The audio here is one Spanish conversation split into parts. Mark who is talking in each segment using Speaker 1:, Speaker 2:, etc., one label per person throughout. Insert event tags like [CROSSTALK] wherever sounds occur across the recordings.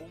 Speaker 1: Un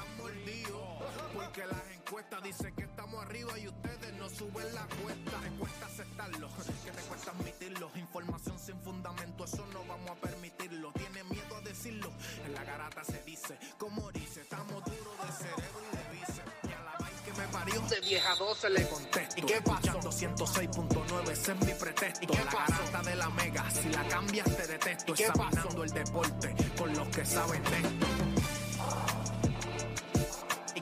Speaker 1: mordidos. Porque las encuestas dicen que estamos arriba y ustedes no suben la cuesta. Te cuesta aceptarlo, que te cuesta admitirlo. Información sin fundamento, eso no vamos a permitirlo. Tiene miedo a decirlo. En la garata se dice, como dice, estamos duros de cerebro y de bíceps. Y a la vaina que me parió de 10 a 12 le contesto. ¿Y qué pasó? 206.9, ese es mi pretexto. ¿Y qué la garata de la mega, si la cambias te detesto. Examinando el deporte con los que saben de esto. ¿Y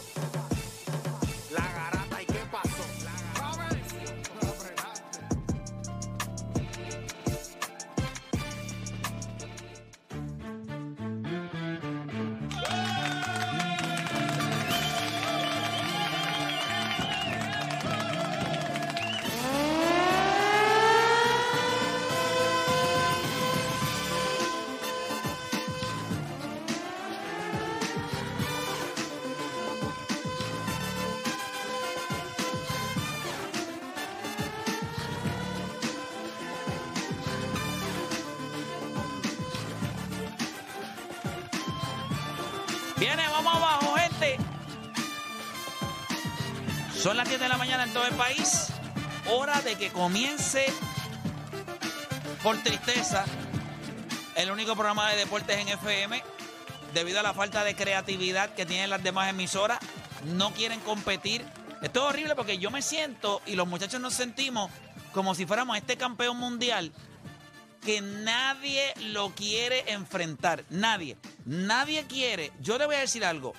Speaker 1: La garata, ¿y qué pasó? ¿Sabes? La fregaste.
Speaker 2: Viene, vamos abajo, gente. Son las 10 de la mañana en todo el país. Hora de que comience, por tristeza, el único programa de deportes en FM. Debido a la falta de creatividad que tienen las demás emisoras, no quieren competir. Esto es horrible porque yo me siento y los muchachos nos sentimos como si fuéramos este campeón mundial que nadie lo quiere enfrentar. Nadie. Nadie quiere. Yo le voy a decir algo.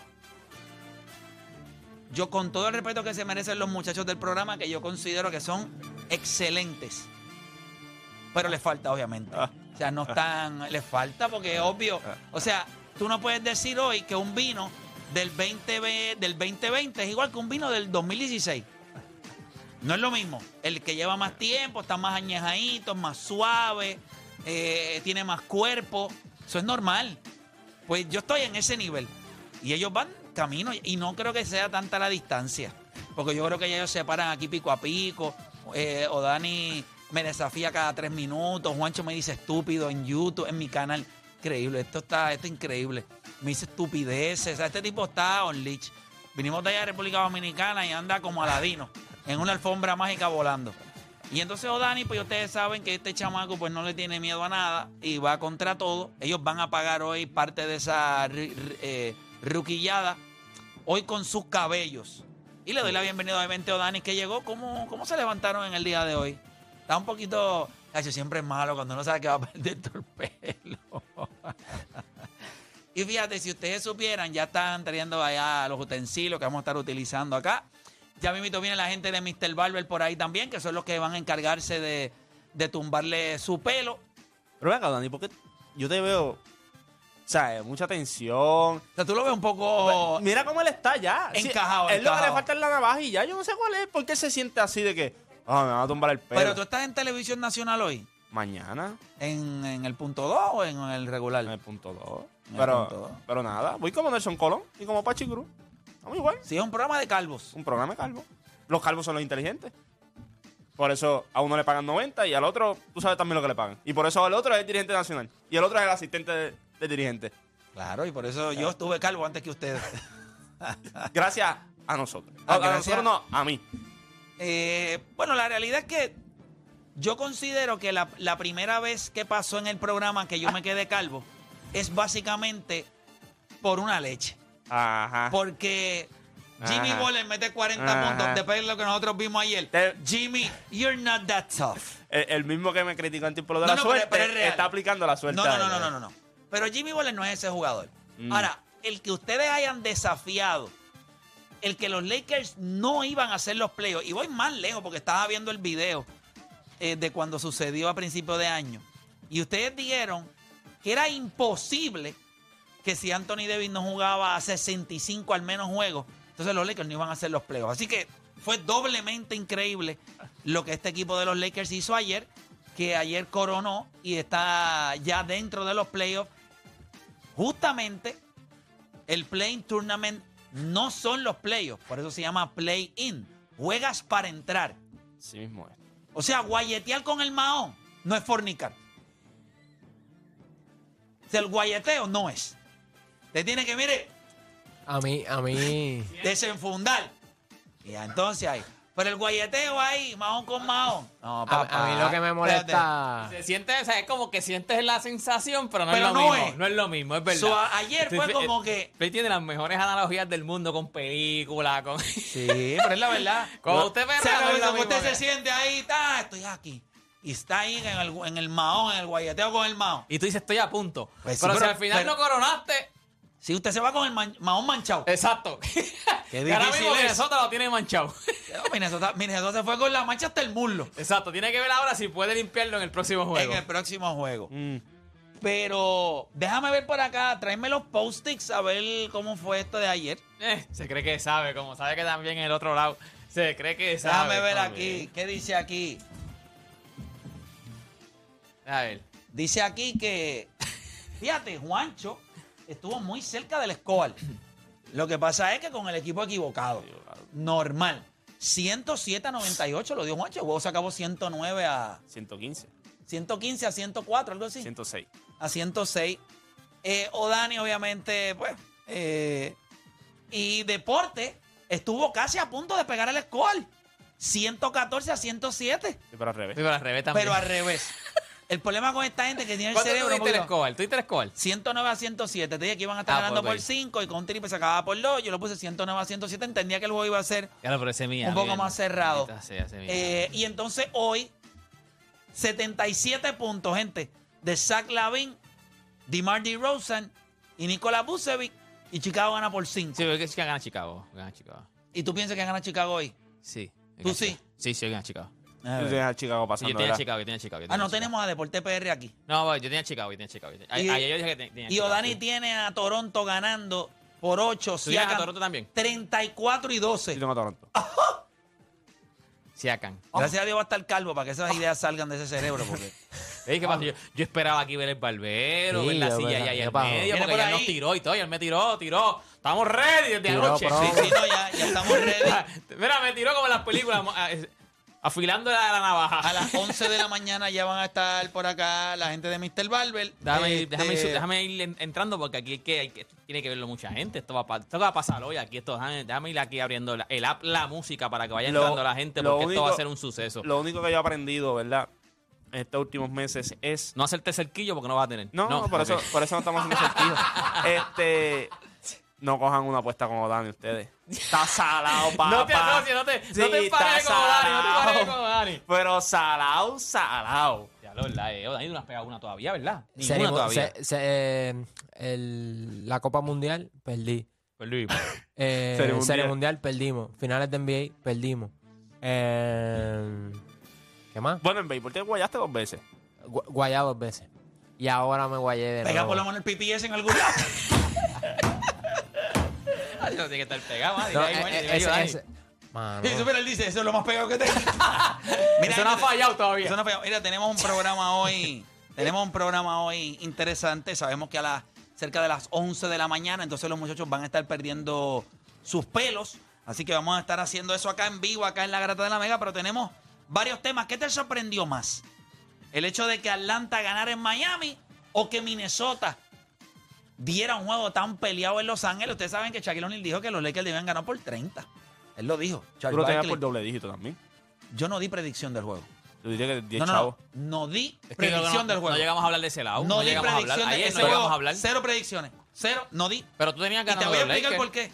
Speaker 2: Yo, con todo el respeto que se merecen los muchachos del programa, que yo considero que son excelentes. Pero les falta, obviamente. O sea, no están. Les falta porque es obvio. O sea, tú no puedes decir hoy que un vino del 20 ve- del 2020 es igual que un vino del 2016. No es lo mismo. El que lleva más tiempo, está más añejadito, más suave, eh, tiene más cuerpo. Eso es normal. Pues yo estoy en ese nivel. Y ellos van camino. Y no creo que sea tanta la distancia. Porque yo creo que ya ellos se paran aquí pico a pico. Eh, o Dani me desafía cada tres minutos. Juancho me dice estúpido en YouTube, en mi canal. Increíble. Esto está, esto es increíble. Me dice estupideces. O sea, este tipo está on leash. Vinimos de allá de República Dominicana y anda como Aladino. En una alfombra mágica volando. Y entonces O'Dani, pues ustedes saben que este chamaco pues no le tiene miedo a nada y va contra todo. Ellos van a pagar hoy parte de esa ri- ri- eh, ruquillada, hoy con sus cabellos. Y le doy la bienvenida obviamente a O'Dani que llegó. ¿Cómo, ¿Cómo se levantaron en el día de hoy? Está un poquito... Ay, yo siempre es malo cuando uno sabe que va a perder todo el pelo. [LAUGHS] y fíjate, si ustedes supieran, ya están trayendo allá los utensilios que vamos a estar utilizando acá. Ya mismito viene la gente de Mr. Barber por ahí también, que son los que van a encargarse de, de tumbarle su pelo.
Speaker 3: Pero venga, Dani, porque yo te veo, o sea, eh, mucha tensión. Pues,
Speaker 2: O sea, tú lo ves un poco...
Speaker 3: Mira cómo él está ya.
Speaker 2: Oh, Encajado,
Speaker 3: Es lo que
Speaker 2: encajado.
Speaker 3: le falta en la navaja y ya. Yo no sé cuál es. ¿Por qué se siente así de que, ah, me van a tumbar el pelo?
Speaker 2: Pero tú estás en Televisión Nacional hoy,
Speaker 3: Mañana,
Speaker 2: en, en el punto 2 o en el regular.
Speaker 3: en el punto 2.
Speaker 2: En el
Speaker 3: Pero,
Speaker 2: punto dos.
Speaker 3: pero nada, voy como Nelson Colón y como Pachi Cruz. Estamos igual.
Speaker 2: Sí, es un programa de calvos.
Speaker 3: Un programa de calvo. Los calvos son los inteligentes. Por eso a uno le pagan 90 y al otro, tú sabes también lo que le pagan. Y por eso al otro es el dirigente nacional. Y el otro es el asistente de- del dirigente.
Speaker 2: Claro, y por eso yo estuve calvo antes que
Speaker 3: [LAUGHS]
Speaker 2: ustedes.
Speaker 3: Gracias a nosotros.
Speaker 2: Ah,
Speaker 3: A- a
Speaker 2: gracias.
Speaker 3: nosotros no, a mí.
Speaker 2: Eh, bueno, la realidad es que yo considero que la, la primera vez que pasó en el programa que yo me quedé calvo es básicamente por una leche.
Speaker 3: Ajá.
Speaker 2: Porque Jimmy
Speaker 3: Ajá.
Speaker 2: Bowler mete 40
Speaker 3: Ajá.
Speaker 2: puntos después de lo que nosotros vimos ayer.
Speaker 3: Te-
Speaker 2: Jimmy, you're not that tough.
Speaker 3: El, el mismo que me criticó en tiempo de
Speaker 2: No,
Speaker 3: la
Speaker 2: no, pero-
Speaker 3: suerte
Speaker 2: pero es real.
Speaker 3: está aplicando la suerte.
Speaker 2: No,
Speaker 3: a
Speaker 2: no,
Speaker 3: él.
Speaker 2: no, no, no, no, no. Pero Jimmy Bowler no es ese jugador.
Speaker 3: Mm.
Speaker 2: Ahora, el que ustedes hayan desafiado, el que los Lakers no iban a hacer los playoffs, y voy más lejos porque estaba viendo el video eh, de cuando sucedió a principio de año, y ustedes dijeron que era imposible que si Anthony Davis no jugaba a 65 al menos juegos, entonces los Lakers no iban a hacer los playoffs. Así que fue doblemente increíble lo que este equipo de los Lakers hizo ayer. que ayer coronó y está ya dentro de los playoffs. Justamente el play-in tournament no son los playoffs, por eso se llama play-in. Juegas para entrar.
Speaker 3: Sí mismo es.
Speaker 2: O sea, guayetear con el mahón no es fornicar. O sea, el guayeteo no es. Te tiene que, mire,
Speaker 4: A mí, a mí.
Speaker 2: desenfundar. Y ya, entonces ahí. Pero el guayeteo ahí, mahón con mahón. No,
Speaker 4: A,
Speaker 2: papá.
Speaker 4: a mí lo que me
Speaker 2: Espérate.
Speaker 4: molesta.
Speaker 5: Se siente, o sea, es como que sientes la sensación, pero no
Speaker 2: Pero
Speaker 5: es lo
Speaker 2: no
Speaker 5: mismo.
Speaker 2: es.
Speaker 5: No es lo mismo, es verdad.
Speaker 2: So, a- ayer fue
Speaker 5: Play-
Speaker 2: como que-
Speaker 5: Play tiene las mejores analogías del mundo con películas, con. [LAUGHS]
Speaker 2: Sí, pero es la
Speaker 4: [LAUGHS]
Speaker 2: verdad.
Speaker 5: Cuando usted perrea,
Speaker 2: O sea,
Speaker 5: no es lo
Speaker 2: cuando
Speaker 5: mismo
Speaker 2: usted
Speaker 5: que-
Speaker 2: se siente ahí, está, estoy aquí. Y está ahí en el, en el mahón, en el guayeteo con el mahón.
Speaker 5: Y tú dices, estoy a punto.
Speaker 2: Pues sí,
Speaker 5: pero, si
Speaker 2: pero-
Speaker 5: al final
Speaker 2: pero-
Speaker 5: no coronaste,
Speaker 2: Si usted se va con el man- mahón manchado.
Speaker 4: Eh,
Speaker 5: exacto.
Speaker 2: Qué
Speaker 5: [LAUGHS] Y ahora
Speaker 2: difícil
Speaker 5: mismo
Speaker 2: es.
Speaker 5: Minnesota lo tiene manchado. [LAUGHS]
Speaker 2: Minnesota, Minnesota se fue con la mancha hasta el muslo.
Speaker 5: Exacto, tiene que ver ahora si puede limpiarlo en el próximo juego.
Speaker 2: En el próximo juego.
Speaker 3: Mm.
Speaker 2: Pero déjame ver por acá, tráeme los post-its a ver cómo fue esto de ayer.
Speaker 5: Eh, se cree que sabe, como sabe que también el otro lado. Se cree que sabe.
Speaker 2: Déjame ver
Speaker 5: también.
Speaker 2: aquí, ¿qué dice aquí?
Speaker 5: A ver.
Speaker 2: Dice aquí que, fíjate, Juancho estuvo muy cerca del Escobar. Lo que pasa es que con el equipo equivocado. Normal. 107 a 98 lo dio Juancho. El juego se acabó 109 a
Speaker 3: 115,
Speaker 2: 115 a 104, algo así.
Speaker 3: 106.
Speaker 2: a 106. Eh, Odani, obviamente, pues. eh, y Deporte estuvo casi a punto de pegar el score. 114 a 107.
Speaker 3: Sí, Pero al revés.
Speaker 5: Pero al revés también.
Speaker 2: Pero al revés. El problema con esta gente que tiene el
Speaker 5: ¿Cuánto
Speaker 2: cerebro. un
Speaker 5: tuviste el
Speaker 2: poquito-
Speaker 5: Escobar? ¿Tuviste el Escobar?
Speaker 2: 109
Speaker 5: 109
Speaker 2: a 107. Te dije que iban a estar
Speaker 5: Ah,
Speaker 2: ganando
Speaker 5: pues,
Speaker 2: por
Speaker 5: ve.
Speaker 2: 5 y con un triple se acababa por 2. Yo lo puse 109 a 107. Entendía que el juego iba a ser
Speaker 5: Ya lo parece mía.
Speaker 2: un poco más cerrado.
Speaker 5: Sea, ese mía.
Speaker 2: Eh, y entonces hoy, 77 puntos, gente, de Zach Lavin, DeMar DeRozan y Nikola Vucevic. Y Chicago gana por 5.
Speaker 5: Sí, pero es que gana Chicago. Gana Chicago.
Speaker 2: ¿Y tú piensas que gana Chicago hoy?
Speaker 5: Sí.
Speaker 2: ¿Tú sí?
Speaker 5: Sí, sí, yo gana Chicago.
Speaker 4: Ah,
Speaker 3: Yo tenía a Chicago
Speaker 5: Sí, yo
Speaker 3: pasando.
Speaker 5: tenía
Speaker 3: ¿verdad?
Speaker 5: Chicago, yo tenía Chicago. yo
Speaker 2: Ah,
Speaker 5: tenía
Speaker 2: no
Speaker 5: Chicago.
Speaker 2: tenemos a Deporte PR aquí.
Speaker 5: No, yo tenía Chicago, yo tenía Chicago. yo tenía-
Speaker 2: Y-
Speaker 5: Ay, Ayer yo dije que tenía
Speaker 2: Y
Speaker 5: Chicago.
Speaker 2: O'Dani
Speaker 5: sí.
Speaker 2: tiene a Toronto ganando por 8.
Speaker 5: ¿Tú tienes a Toronto también?
Speaker 2: 34 y
Speaker 3: Sí,
Speaker 2: 12.
Speaker 3: tengo a Toronto.
Speaker 5: Siakam.
Speaker 2: Gracias a Dios va a estar calvo para que esas ideas salgan de ese cerebro.
Speaker 3: [LAUGHS]
Speaker 2: Porque...
Speaker 5: Ey, ¿qué
Speaker 2: Ah.
Speaker 5: pasó? Yo, yo esperaba aquí ver el barbero,
Speaker 4: Sí,
Speaker 5: ver la
Speaker 4: yo,
Speaker 5: silla
Speaker 4: ¿verdad?
Speaker 5: allá y
Speaker 4: ¿Qué
Speaker 5: al
Speaker 4: pasó?
Speaker 5: medio,
Speaker 2: Viene
Speaker 5: porque
Speaker 2: por
Speaker 5: ya
Speaker 2: ahí.
Speaker 5: nos tiró y todo, y él me tiró, tiró. Estamos ready desde
Speaker 4: Tiró,
Speaker 5: anoche.
Speaker 4: pro.
Speaker 2: Sí, sí, no, ya, ya estamos ready.
Speaker 5: [LAUGHS] Mira, me tiró como en las películas, [LAUGHS] mo- a- es- afilando la, la
Speaker 2: A
Speaker 5: navaja.
Speaker 2: las 11 de la mañana ya van a estar por acá la gente de Mr. Barber.
Speaker 5: Déjame, ir-
Speaker 2: Este,
Speaker 5: déjame, ir, su- déjame ir en- entrando porque aquí hay que, hay que- tiene que verlo mucha gente. Esto va, a pa- esto va a pasar hoy. Aquí esto, déjame, déjame ir aquí abriendo la- el app, la música para que vaya
Speaker 3: Lo-
Speaker 5: entrando la gente
Speaker 3: lo
Speaker 5: porque esto va a
Speaker 3: único-
Speaker 5: ser un suceso.
Speaker 3: Lo único que yo he aprendido, ¿verdad? En estos últimos meses es.
Speaker 5: No hacerte cerquillo porque no vas a tener.
Speaker 3: No, por,
Speaker 5: ok.
Speaker 3: eso, por eso no estamos haciendo sentido. Este. No cojan una apuesta con O'Dani ustedes. Está salado, papá.
Speaker 5: [LAUGHS] No te asocies, no te, no te
Speaker 3: Sí,
Speaker 5: emparejes
Speaker 3: está
Speaker 5: con Dani, no te emparejes
Speaker 3: salado.
Speaker 5: con Dani.
Speaker 3: Pero salado, salado.
Speaker 5: Ya lo verdad, eh. Dani no has pegado una todavía, ¿verdad?
Speaker 4: Se
Speaker 5: Ninguna
Speaker 4: animó-
Speaker 5: todavía.
Speaker 4: se- se- eh, el- la Copa Mundial, perdí.
Speaker 5: Pues Luis,
Speaker 3: [LAUGHS]
Speaker 4: Eh,
Speaker 3: Serie
Speaker 4: Serie
Speaker 3: Mundial.
Speaker 4: mundial. perdimos. Finales de NBA, perdimos. Eh, ¿Qué más?
Speaker 3: Bueno, en béisbol te guayaste dos veces.
Speaker 4: Gu- guayé dos veces. Y ahora me guayé de
Speaker 2: Pega
Speaker 4: nuevo.
Speaker 2: por la mano el PPS en algún lado.
Speaker 5: ah, yo no tiene que estar pegado, Dani.
Speaker 4: No,
Speaker 5: Dani,
Speaker 4: eh,
Speaker 5: Dani,
Speaker 4: eh,
Speaker 5: Dani,
Speaker 4: ese-
Speaker 5: Dani.
Speaker 4: ese- Mano.
Speaker 2: [LAUGHS] Y eso, pero él dice, eso es lo más pegado que
Speaker 5: [LAUGHS]
Speaker 2: tengo. Mira,
Speaker 5: Eso no ha
Speaker 2: gente,
Speaker 5: fallado todavía.
Speaker 2: eso no ha fallado. Mira, tenemos un programa hoy. tenemos un programa hoy interesante. Sabemos que a las cerca de las 11 de la mañana, entonces los muchachos van a estar perdiendo sus pelos. Así que vamos a estar haciendo eso acá en vivo, acá en la Grata de la Mega, pero tenemos varios temas. ¿Qué te sorprendió más? ¿El hecho de que Atlanta ganara en Miami o que Minnesota diera un juego tan peleado en Los Ángeles? Ustedes saben que Shaquille O'Neal dijo que los Lakers debían ganar por 30. Él lo dijo.
Speaker 3: Tú
Speaker 2: Charles
Speaker 3: lo tenías
Speaker 2: Barkley.
Speaker 3: por doble dígito también.
Speaker 2: Yo no di predicción del juego.
Speaker 3: Yo diría que 10
Speaker 2: No, no,
Speaker 3: chavos.
Speaker 2: no, no di
Speaker 5: Es que yo creo que
Speaker 2: predicción
Speaker 5: no,
Speaker 2: del juego.
Speaker 5: No llegamos a hablar de ese lado.
Speaker 2: No
Speaker 5: No,
Speaker 2: di
Speaker 5: llegamos a hablar.
Speaker 2: predicción de
Speaker 5: Ayer
Speaker 2: ese
Speaker 5: no llegamos
Speaker 2: juego.
Speaker 5: a hablar.
Speaker 2: Cero predicciones. Cero, no di.
Speaker 5: Pero tú tenías
Speaker 2: Y
Speaker 5: ganado
Speaker 2: te voy a
Speaker 5: los
Speaker 2: explicar
Speaker 5: Lakers.
Speaker 2: por qué.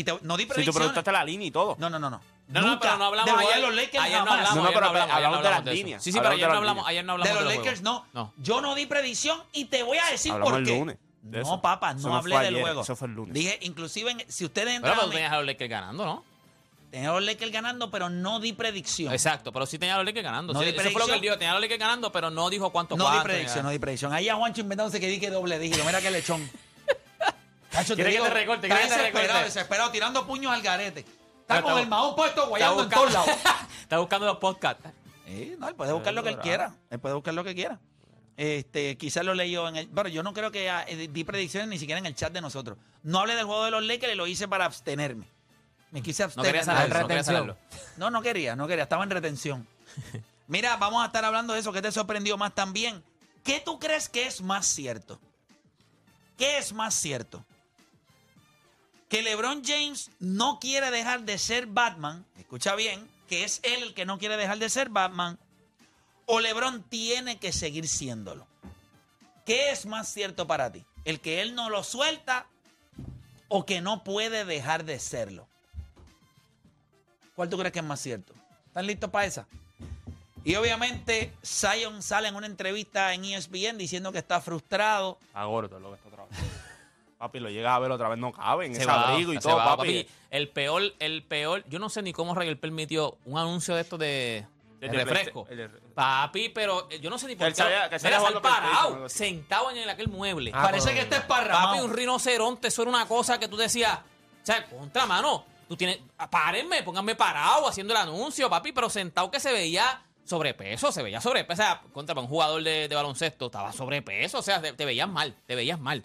Speaker 2: Y te, no di
Speaker 3: Si tú
Speaker 2: predicciones.
Speaker 3: preguntaste la línea y todo.
Speaker 2: No, no, no, no.
Speaker 5: No, no,
Speaker 2: Nunca.
Speaker 5: pero no hablamos.
Speaker 2: de ayer
Speaker 5: hoy.
Speaker 2: los Lakers
Speaker 5: Ayer no
Speaker 2: jamás.
Speaker 5: hablamos.
Speaker 3: No, no,
Speaker 5: ayer
Speaker 3: pero
Speaker 5: hablamos,
Speaker 3: hablamos
Speaker 5: ayer
Speaker 3: de
Speaker 5: no
Speaker 3: las
Speaker 5: hablamos eso.
Speaker 3: líneas.
Speaker 5: Sí, sí,
Speaker 3: Hablamos de
Speaker 5: pero ayer no
Speaker 3: las líneas.
Speaker 5: hablamos. Ayer
Speaker 2: de
Speaker 5: no hablamos
Speaker 2: los
Speaker 5: del
Speaker 2: Lakers
Speaker 5: juego.
Speaker 2: no. Yo no di predicción y te voy a decir
Speaker 3: Hablamos
Speaker 2: por
Speaker 3: el
Speaker 2: qué.
Speaker 3: lunes de
Speaker 2: no,
Speaker 3: eso.
Speaker 2: papá, no,
Speaker 3: Eso no
Speaker 2: hablé
Speaker 3: fue
Speaker 2: del
Speaker 3: ayer,
Speaker 2: juego.
Speaker 3: eso fue el lunes.
Speaker 2: Dije, inclusive, en- si ustedes
Speaker 5: Pero, pues,
Speaker 2: entran
Speaker 5: pero
Speaker 2: a
Speaker 5: tú
Speaker 2: mi-
Speaker 5: tenías a los Lakers ganando, ¿no?
Speaker 2: tenía los Lakers ganando, pero no di predicción.
Speaker 5: Exacto, pero sí tenía a los Lakers ganando.
Speaker 2: No
Speaker 5: Sí,
Speaker 2: di
Speaker 5: eso fue lo que él
Speaker 2: predicción.
Speaker 5: dijo. Tenía a los Lakers ganando, pero no dijo cuánto
Speaker 2: No di
Speaker 5: cuánto,
Speaker 2: predicción,
Speaker 5: ni
Speaker 2: no
Speaker 5: nada.
Speaker 2: di predicción. Ahí a Juancho inventándose que di que doble dígito. Mira qué
Speaker 5: [LAUGHS]
Speaker 2: lechón. Cacho,
Speaker 5: Quiere que te recorte,
Speaker 2: está
Speaker 5: quiere que te
Speaker 2: desesperado,
Speaker 5: recorte.
Speaker 2: desesperado, tirando puños al garete. Está
Speaker 5: Pero
Speaker 2: con
Speaker 5: está-
Speaker 2: el mahón puesto
Speaker 5: Está
Speaker 2: guayando en
Speaker 5: [LAUGHS] buscando-
Speaker 2: todos lados.
Speaker 5: Está buscando los podcasts.
Speaker 2: Sí, no, él puede buscar lo que él quiera. Él puede buscar lo que quiera. Este, quizás lo leyó en el. Bueno, yo no creo que ah, eh, di predicciones ni siquiera en el chat de nosotros. No hablé del juego de los Lakers, lo hice para abstenerme. Me quise
Speaker 5: No
Speaker 2: abstener.
Speaker 5: quería saberlo, no quería
Speaker 4: retención.
Speaker 5: saberlo.
Speaker 2: No, no quería, no quería, estaba en retención. Mira, vamos a estar hablando de eso, que te sorprendió más también. ¿Qué tú crees que es más cierto? ¿Qué es más cierto? Que LeBron James no quiere dejar de ser Batman, escucha bien, que es él el que no quiere dejar de ser Batman, o LeBron tiene que seguir siéndolo. ¿Qué es más cierto para ti? ¿El que él no lo suelta o que no puede dejar de serlo? ¿Cuál tú crees que es más cierto? ¿Están listos para esa? Y obviamente Zion sale en una entrevista en E ESPN diciendo que está frustrado.
Speaker 3: Está Ah, gordo lo que está trabajando. [LAUGHS] papi, lo llegas a ver otra vez, no cabe en
Speaker 5: Se
Speaker 3: ese
Speaker 5: va,
Speaker 3: abrigo y
Speaker 5: se
Speaker 3: todo,
Speaker 5: va,
Speaker 3: papi. Este,
Speaker 5: El peor, el peor. Yo no sé ni cómo Raquel permitió un anuncio de esto de, de
Speaker 3: El de
Speaker 5: refresco.
Speaker 3: Play- el de-
Speaker 5: Papi, pero eh, yo no sé ni por
Speaker 3: Él
Speaker 5: qué.
Speaker 3: sabía- que sabía
Speaker 5: Mira,
Speaker 3: jugar
Speaker 5: sal
Speaker 3: PlayStation o algo
Speaker 5: parado,
Speaker 3: así.
Speaker 5: sentado en aquel mueble.
Speaker 4: Ah,
Speaker 2: Parece
Speaker 4: pero-
Speaker 2: que este está
Speaker 5: Papi,
Speaker 2: esparramado.
Speaker 5: un rinoceronte, eso era una cosa que tú decías, o sea, contra mano, tú tienes, párenme, pónganme parado haciendo el anuncio, papi, pero sentado que se veía sobrepeso, se veía sobrepeso, o sea, contra un jugador de, de baloncesto, estaba sobrepeso, o sea, te, te veías mal, te veías mal.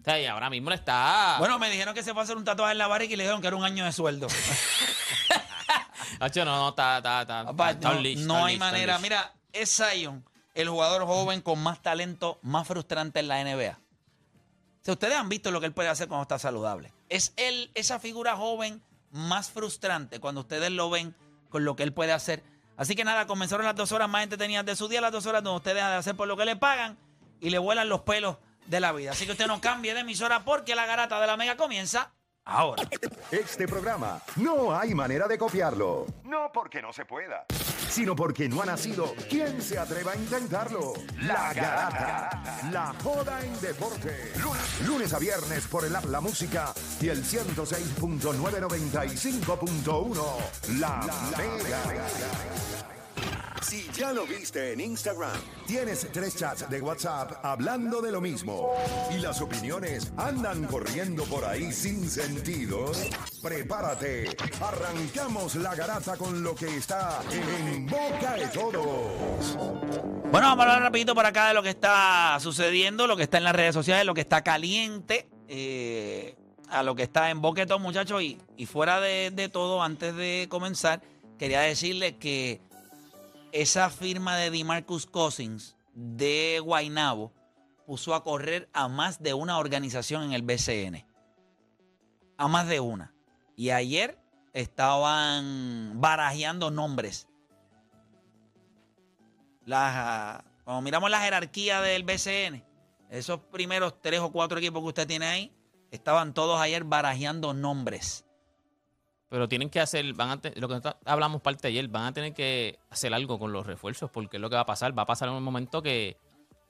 Speaker 5: O sea, y ahora mismo le está...
Speaker 2: Bueno, me dijeron que se fue a hacer un tatuaje en la barriga y le dijeron que era un año de sueldo.
Speaker 5: Hacho, no, no, está, está, está,
Speaker 2: Papá,
Speaker 5: está
Speaker 2: Ah, no,
Speaker 5: unleashed,
Speaker 2: no
Speaker 5: está
Speaker 2: hay
Speaker 5: unleashed, está
Speaker 2: manera.
Speaker 5: unleashed.
Speaker 2: Mira, es Zion, el jugador joven con más talento, más frustrante en la NBA. O sea, ustedes han visto lo que él puede hacer cuando está saludable. Es él, esa figura joven más frustrante cuando ustedes lo ven con lo que él puede hacer. Así que nada, comenzaron las dos horas más entretenidas de su día, las dos horas donde ustedes deja de hacer por lo que le pagan y le vuelan los pelos de la vida. Así que usted no cambie de emisora porque la garata de la mega comienza ahora.
Speaker 6: Este programa no hay manera de copiarlo. No porque no se pueda, sino porque no ha nacido quien se atreva a intentarlo. La garata. La joda en deporte. Lunes, lunes a viernes por el app La Música y el 106.995.1. La, Mega. Si ya lo viste en Instagram, tienes tres chats de WhatsApp hablando de lo mismo y las opiniones andan corriendo por ahí sin sentido, prepárate. Arrancamos la garata con lo que está en boca de todos.
Speaker 2: Bueno, vamos a hablar rapidito por acá de lo que está sucediendo, lo que está en las redes sociales, lo que está caliente, eh, a lo que está en boquetón, muchachos. Y, y fuera de, de todo, antes de comenzar, quería decirles que esa firma de DeMarcus Cousins de Guaynabo puso a correr a más de una organización en el BCN. A más de una. Y ayer estaban barajeando nombres las, ah, cuando miramos la jerarquía del BCN, esos primeros tres o cuatro equipos que usted tiene ahí, estaban todos ayer barajeando nombres.
Speaker 5: Pero tienen que hacer, van a te- lo que nosotros hablamos parte ayer, van a tener que hacer algo con los refuerzos, porque es lo que va a pasar. Va a pasar en un momento que.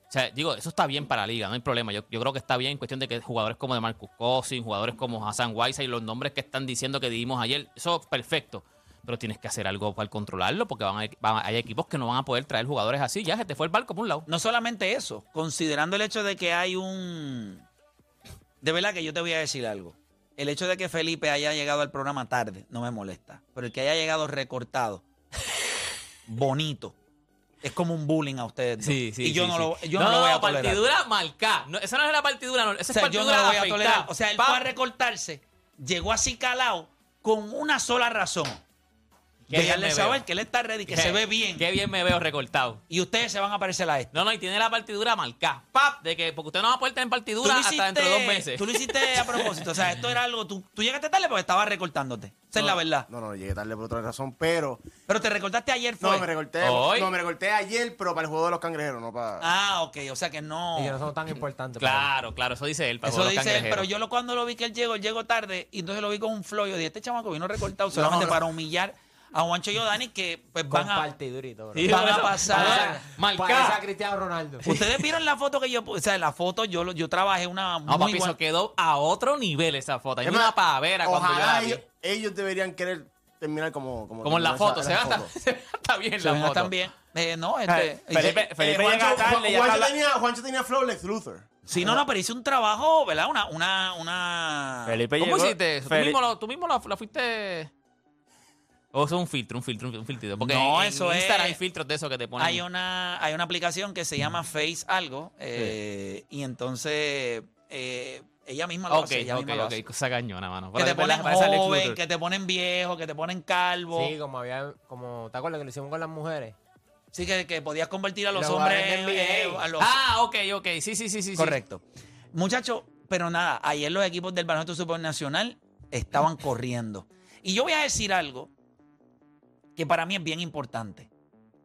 Speaker 5: O sea, digo, eso está bien para la liga, no hay problema. Yo, yo creo que está bien en cuestión de que jugadores como de Marcus Cosin, jugadores como Hassan Weiss y los nombres que están diciendo que dimos ayer, eso es perfecto. Pero tienes que hacer algo para controlarlo, porque van a- van a- hay equipos que no van a poder traer jugadores así. Ya se te fue el barco por un lado.
Speaker 2: No solamente eso, considerando el hecho de que hay un... De verdad que yo te voy a decir algo. El hecho de que Felipe haya llegado al programa tarde no me molesta, pero el que haya llegado recortado, bonito, es como un bullying a ustedes. dos. y yo no lo, yo no, lo voy a tolerar.
Speaker 5: partidura marcada. No, esa no es la partidura, no, esa
Speaker 2: O sea,
Speaker 5: es
Speaker 2: yo
Speaker 5: partidura
Speaker 2: no lo voy a
Speaker 5: afectada.
Speaker 2: tolerar. O sea, él
Speaker 5: Pa-
Speaker 2: fue a recortarse, llegó así calado con una sola razón.
Speaker 5: Qué bien
Speaker 2: Dejarle
Speaker 5: me
Speaker 2: saber
Speaker 5: veo.
Speaker 2: que él está ready, que
Speaker 5: Qué-
Speaker 2: se ve bien.
Speaker 5: Qué bien me veo recortado.
Speaker 2: Y ustedes se van a parecer a esto.
Speaker 5: No, no, y tiene la partidura marcada. ¡Pap! De que, porque usted no va a poder tener
Speaker 2: Tú
Speaker 5: partidura
Speaker 2: lo
Speaker 5: hasta dentro de dos meses.
Speaker 2: tú lo hiciste a propósito. O sea, esto era algo. Tú, tú llegaste tarde porque estabas recortándote. Esa es la verdad.
Speaker 7: No, no, llegué tarde por otra razón, pero.
Speaker 2: Pero te recortaste ayer, fue.
Speaker 7: No, me recorté.
Speaker 5: Hoy.
Speaker 7: No, me recorté ayer, pero para el juego de los cangrejeros, no para.
Speaker 2: Ah, ok. O sea que no.
Speaker 4: Y que no son tan importantes. para él.
Speaker 5: Claro, claro, eso dice él. para
Speaker 2: Eso
Speaker 5: los
Speaker 2: dice él,
Speaker 5: cangrejeros.
Speaker 2: pero yo lo, cuando lo vi que él llegó, él llegó tarde y entonces lo vi con un flow. Yo dije, este chamaco vino recortado solamente
Speaker 7: no.
Speaker 2: para humillar a Juancho y a Dani que pues
Speaker 4: Con
Speaker 2: van a... Ah,
Speaker 4: partidurito, bro.
Speaker 5: Sí,
Speaker 2: van
Speaker 5: por
Speaker 2: a
Speaker 5: eso,
Speaker 2: pasar.
Speaker 5: parece-
Speaker 4: Parece a
Speaker 5: Marcada.
Speaker 4: Cristiano Ronaldo.
Speaker 2: Ustedes vieron la foto que yo puse. O sea, la foto, yo, lo- yo trabajé una
Speaker 5: No,
Speaker 2: muy
Speaker 5: papi,
Speaker 2: buena.
Speaker 5: eso quedó a otro nivel esa foto. Hay
Speaker 7: Es
Speaker 5: una
Speaker 7: más,
Speaker 5: pavera Ah, cuando yo la
Speaker 7: Ojalá
Speaker 5: vi.
Speaker 7: ellos, ellos deberían querer terminar como. Como,
Speaker 5: Como en la
Speaker 7: terminó
Speaker 5: foto,
Speaker 7: esa-
Speaker 5: se ve
Speaker 7: esa
Speaker 5: hasta, [LAUGHS]
Speaker 7: foto.
Speaker 5: se ve hasta bien
Speaker 2: Se
Speaker 5: la
Speaker 2: ven
Speaker 5: foto.
Speaker 2: también. Eh, no, este.
Speaker 3: Felipe, Felipe
Speaker 7: Eh,
Speaker 3: llega
Speaker 7: Juancho,
Speaker 3: tarde, ya
Speaker 7: Juancho
Speaker 3: está la-
Speaker 7: tenía, Juancho tenía flow Lex Luthor.
Speaker 2: Sí, no, no, pero hice un trabajo, ¿verdad? Una, una, una.
Speaker 3: Felipe
Speaker 5: ¿Cómo
Speaker 3: llegó-
Speaker 5: hiciste eso? Tú
Speaker 3: Feli-
Speaker 5: mismo, lo, tú mismo lo- lo fuiste. O eso es un filtro, un filtro, un filtro. Porque
Speaker 2: No,
Speaker 5: en
Speaker 2: eso
Speaker 5: Instagram
Speaker 2: es-
Speaker 5: hay filtros de eso que te ponen.
Speaker 2: Hay una, hay una aplicación que se llama Face Algo eh, y entonces eh, ella misma lo
Speaker 5: Ok,
Speaker 2: hace. Ella
Speaker 5: ok,
Speaker 2: misma lo
Speaker 5: ok.
Speaker 2: hace.
Speaker 5: Cosa cañona, mano.
Speaker 2: Que te
Speaker 5: Parece-
Speaker 2: ponen
Speaker 5: parece Alex
Speaker 2: joven,
Speaker 5: Luthor.
Speaker 2: que te ponen viejo, que te ponen calvo.
Speaker 4: Sí,
Speaker 2: Sí,
Speaker 4: como había, como, ¿te acuerdas que lo hicimos con las mujeres?
Speaker 2: que, que podías convertir a los
Speaker 4: Los
Speaker 2: hombres
Speaker 4: jugadores de
Speaker 2: eh,
Speaker 4: NBA.
Speaker 2: a los-
Speaker 5: Ah, ok, ok. Sí, sí, sí, sí. sí.
Speaker 2: Correcto. Muchachos, pero nada, ayer los equipos del Baloncesto Supernacional estaban corriendo. Y yo voy a decir algo que para mí es bien importante.